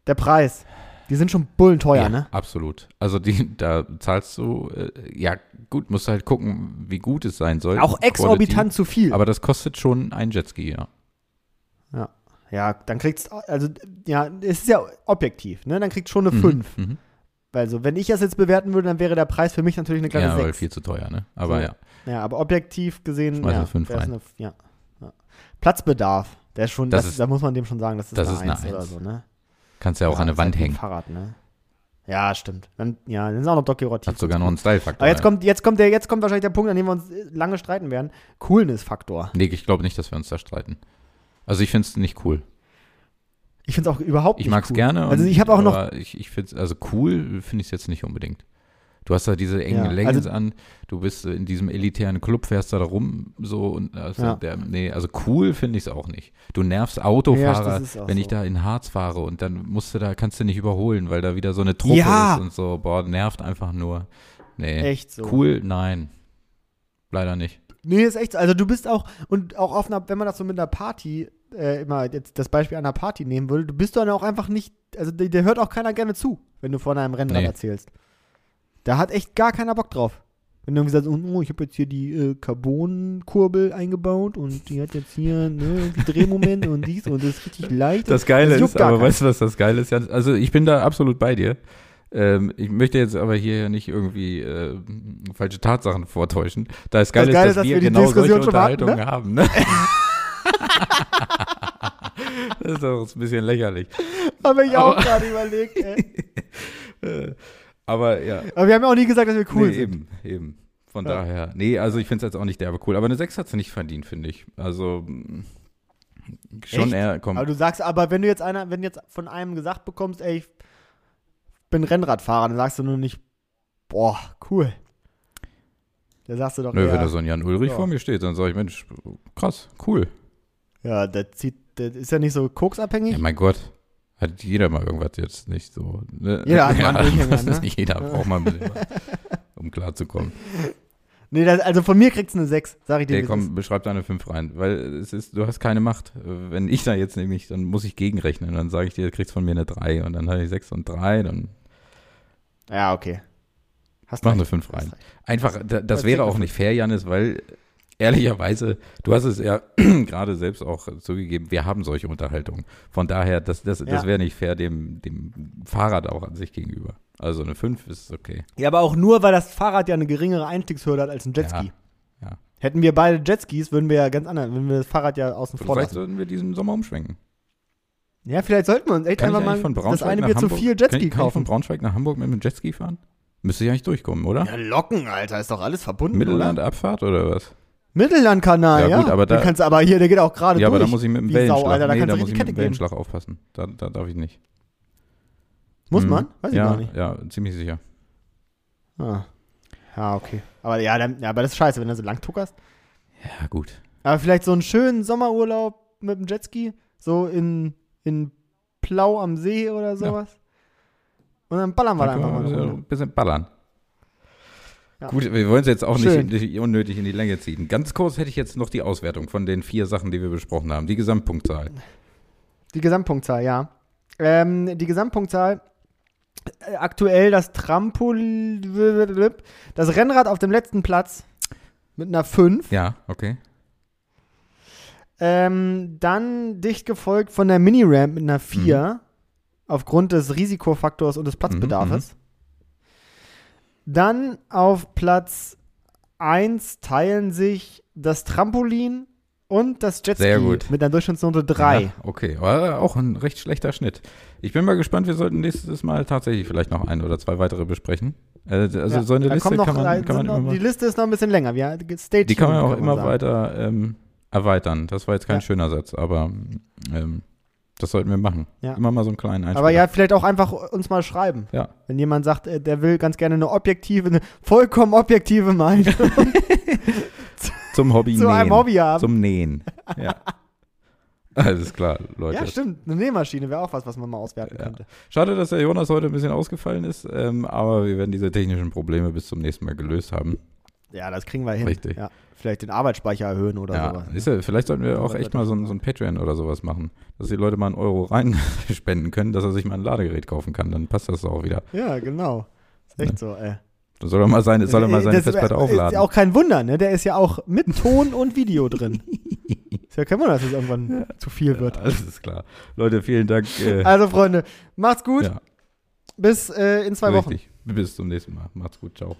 S3: Der Preis. Die sind schon bullenteuer,
S1: ja,
S3: ne?
S1: Absolut. Also die, da zahlst du, äh, ja gut, musst halt gucken, wie gut es sein soll.
S3: Auch exorbitant zu viel.
S1: Quality. Aber das kostet schon ein Jetski, ja.
S3: ja, dann kriegst also ja, es ist ja objektiv, ne? Dann kriegst schon eine 5.
S1: Mhm.
S3: Also, wenn ich das jetzt bewerten würde, dann wäre der Preis für mich natürlich eine
S1: Ja,
S3: kleine
S1: weil
S3: 6.
S1: viel zu teuer, ne? Aber
S3: So.
S1: ja.
S3: Ja, aber objektiv gesehen
S1: Schmeiß
S3: ja,
S1: eine fünf
S3: wär's
S1: rein.
S3: eine- ja, ja. Platzbedarf, der ist schon
S1: Das
S3: das,
S1: ist-
S3: da muss man dem schon sagen, das ist
S1: das
S3: eine
S1: ist eine
S3: 1 oder
S1: Eins.
S3: so, ne?
S1: Kannst ja auch an eine
S3: ist halt
S1: Wand
S3: wie ein
S1: hängen.
S3: Fahrrad, ne? Ja, stimmt. Dann, ja, dann ist auch noch dekorativ.
S1: Hat sogar noch einen Style-Faktor.
S3: Aber jetzt
S1: ja.
S3: kommt, jetzt, kommt der, jetzt kommt wahrscheinlich der Punkt, an dem wir uns äh, lange streiten werden. Coolness-Faktor.
S1: Nee, ich glaube nicht, dass wir uns da streiten. Also ich finde es nicht cool.
S3: Ich finde es auch überhaupt
S1: Ich
S3: nicht
S1: mag's
S3: cool.
S1: gerne.
S3: Also
S1: und-
S3: ich habe auch noch,
S1: aber Ich, ich finde also cool finde ich es jetzt nicht unbedingt. Du hast da diese engen
S3: Ja, also-
S1: Leggings an, du bist äh, in diesem elitären Club, fährst da, da rum so und also
S3: Ja.
S1: der, nee, also cool finde ich es auch nicht. Du nervst Autofahrer,
S3: das ist auch
S1: wenn ich
S3: so.
S1: da in Harz fahre und dann musst du da, kannst du nicht überholen, weil da wieder so eine Truppe
S3: Ja.
S1: ist und so, boah, nervt einfach nur. Nee.
S3: Echt so.
S1: Cool, nein. Leider nicht.
S3: Nee, ist echt so. Also du bist auch, und auch auf einer, wenn man das so mit einer Party, äh, immer jetzt das Beispiel einer Party nehmen würde, du bist dann auch einfach nicht, also dir dir hört auch keiner gerne zu, wenn du von einem Rennrad
S1: Nee.
S3: erzählst. Da hat echt gar keiner Bock drauf. Wenn du irgendwie sagst, oh, oh, ich habe jetzt hier die äh, Carbon-Kurbel eingebaut und die hat jetzt hier ne, irgendwie Drehmoment und dies und das ist richtig leicht.
S1: Das Geile
S3: juckt
S1: ist,
S3: gar
S1: aber
S3: keinen.
S1: weißt du, was das Geile ist? Jan? Also ich bin da absolut bei dir. Ähm, ich möchte jetzt aber hier nicht irgendwie äh, falsche Tatsachen vortäuschen. Da ist geil,
S3: Geile
S1: ist, dass wir,
S3: die
S1: genau solche
S3: Diskussion schon mal hatten,
S1: Unterhaltungen haben. Ne? das ist doch ein bisschen lächerlich.
S3: Habe ich auch
S1: Aber-
S3: gerade überlegt. Ey.
S1: Äh, Aber ja,
S3: Aber wir haben ja auch nie gesagt, dass wir cool
S1: nee,
S3: sind.
S1: eben, eben. Von
S3: Ja.
S1: daher. Nee, also ich finde es jetzt auch nicht derbe cool. Aber eine 6 hat sie nicht verdient, finde ich. Also mh, schon
S3: Echt?
S1: eher kommt.
S3: Aber du sagst, aber wenn du jetzt einer, wenn jetzt von einem gesagt bekommst, ey, ich bin Rennradfahrer, dann sagst du nur nicht, boah, cool. Da sagst du doch,
S1: Nö,
S3: ja,
S1: wenn da so ein Jan Ulrich
S3: Ja.
S1: vor mir steht, dann sage ich, Mensch, krass, cool.
S3: ja, der zieht, der ist ja nicht so
S1: Ja,
S3: koksabhängig.
S1: mein Gott. Hat jeder mal irgendwas jetzt nicht so. Ne?
S3: Jeder hat mal einen Durchhänger,
S1: das ist
S3: ne?
S1: nicht jeder braucht mal ein bisschen was, um klarzukommen.
S3: nee, das, also von mir kriegst du eine 6, sag ich dir.
S1: Nee,
S3: wie es ist.
S1: komm, beschreib deine 5 rein, weil es ist, du hast keine Macht. Äh, Wenn ich da jetzt nämlich, dann muss ich gegenrechnen. Dann sage ich dir, du kriegst von mir eine 3 und dann hatte ich 6 und 3, dann
S3: Ja, okay. Hast
S1: mach
S3: recht.
S1: eine 5 rein.
S3: Hast recht.
S1: Einfach, da, das
S3: Ja,
S1: wäre
S3: krieg
S1: auch
S3: eine
S1: nicht fair, Janis, weil äh, ehrlicherweise, du hast es ja gerade selbst auch äh, zugegeben, wir haben solche Unterhaltungen. Von daher, das, das, das
S3: Ja.
S1: wäre nicht fair dem, dem Fahrrad auch an sich gegenüber. Also eine 5 ist okay.
S3: Ja, aber auch nur, weil das Fahrrad ja eine geringere Einstiegshürde hat als ein Jetski.
S1: Ja, ja.
S3: Hätten wir beide Jetskis, würden wir ja ganz anders, würden wir das Fahrrad ja außen vor
S1: Vielleicht
S3: lassen.
S1: sollten wir diesen Sommer umschwenken.
S3: Ja, vielleicht sollten wir uns echt
S1: Kann ich
S3: einfach mal
S1: eigentlich von
S3: das
S1: Braunschweig
S3: eine
S1: nach
S3: Bier zu
S1: Hamburg,
S3: viel
S1: kann,
S3: Jetski
S1: ich- kann ich von
S3: kaufen.
S1: Braunschweig nach Hamburg mit dem Jetski fahren? Müsste ich eigentlich durchkommen, oder?
S3: Ja, Locken, Alter, ist doch alles verbunden. oder?
S1: Mittellandabfahrt oder was?
S3: Mittellandkanal,
S1: Ja,
S3: ja.
S1: gut, aber da-
S3: Den kannst du aber hier, der geht auch gerade
S1: Ja,
S3: durch.
S1: aber da muss ich mit dem
S3: Wie Sau,
S1: Wellenschlag,
S3: Alter, da
S1: nee,
S3: kannst
S1: da
S3: du
S1: muss ich
S3: die
S1: mit dem
S3: Kette geben.
S1: Wellenschlag aufpassen. Da, da darf ich nicht.
S3: Muss
S1: Hm.
S3: man? Weiß
S1: ja,
S3: ich gar nicht.
S1: Ja, ziemlich sicher.
S3: Ah. Ja, okay. Aber ja, dann, ja, aber das ist scheiße, wenn du so lang tuckerst.
S1: Ja, gut.
S3: Aber vielleicht so einen schönen Sommerurlaub mit dem Jetski, so in, in Plau am See oder sowas. Und dann ballern wir da
S1: Dann
S3: einfach mal
S1: können
S3: eine
S1: wir
S3: Runde.
S1: ein bisschen ballern.
S3: Ja.
S1: Gut, wir wollen es jetzt auch nicht,
S3: Schön.
S1: nicht unnötig in die Länge ziehen. Ganz kurz hätte ich jetzt noch die Auswertung von den vier Sachen, die wir besprochen haben. Die Gesamtpunktzahl.
S3: Die Gesamtpunktzahl, ja. Ähm, die Gesamtpunktzahl äh, aktuell das Trampol das Rennrad auf dem letzten Platz mit einer 5.
S1: Ja, okay.
S3: Ähm, dann dicht gefolgt von der Mini-Ramp mit einer
S1: Mhm.
S3: 4, aufgrund des Risikofaktors und des
S1: Mhm,
S3: Platzbedarfes. Dann auf Platz 1 teilen sich das Trampolin und das Jetski
S1: Sehr gut.
S3: mit einer Durchschnittsnote 3.
S1: Ja, okay, aber auch ein recht schlechter Schnitt. Ich bin mal gespannt, wir sollten nächstes Mal tatsächlich vielleicht noch ein oder zwei weitere besprechen. Äh, Also
S3: Ja,
S1: so eine
S3: da
S1: Liste
S3: kommen noch,
S1: kann
S3: da
S1: man, kann man
S3: sind
S1: immer
S3: noch,
S1: mal,
S3: Die Liste ist noch ein bisschen länger. Wir, stay
S1: Die kann man
S3: tuned,
S1: auch immer
S3: sagen.
S1: weiter ähm, erweitern. Das war jetzt kein
S3: Ja.
S1: schöner Satz, aber ähm, das sollten wir machen.
S3: Ja.
S1: Immer mal so einen kleinen Einspieler.
S3: Aber ja, vielleicht auch einfach uns mal schreiben.
S1: Ja.
S3: Wenn jemand sagt, äh, der will ganz gerne eine objektive, eine vollkommen objektive Meinung
S1: Zum Hobby
S3: zu einem
S1: nähen.
S3: Hobby haben.
S1: Zum Nähen. Ja. Alles klar, Leute.
S3: Ja, stimmt. Eine Nähmaschine wäre auch was, was man mal auswerten
S1: Ja.
S3: könnte.
S1: Schade, dass der Jonas heute ein bisschen ausgefallen ist, ähm, aber wir werden diese technischen Probleme bis zum nächsten Mal gelöst haben.
S3: Ja, das kriegen wir hin.
S1: Richtig.
S3: Ja. Vielleicht den Arbeitsspeicher erhöhen oder
S1: ja,
S3: sowas. ne?
S1: ist ja, vielleicht sollten wir
S3: Kann
S1: auch
S3: man
S1: echt
S3: da
S1: mal so ein, so ein Patreon oder sowas machen, dass die Leute mal einen Euro rein spenden können, dass er sich mal ein Ladegerät kaufen kann, dann passt das auch wieder.
S3: Ja, genau. Ist echt so, ey.
S1: Dann soll er mal seine, soll er mal seine
S3: Das
S1: Festplatte
S3: Ist
S1: aufladen.
S3: ja auch kein Wunder, ne? Der ist ja auch mit Ton und Video drin. ist ja kein Wunder, dass es irgendwann zu viel wird.
S1: Alles ist klar. Leute, vielen Dank. Äh,
S3: Also, Freunde, macht's gut.
S1: ja,
S3: Bis äh, in zwei Wochen.
S1: richtig. Bis zum nächsten Mal. Macht's gut. Ciao.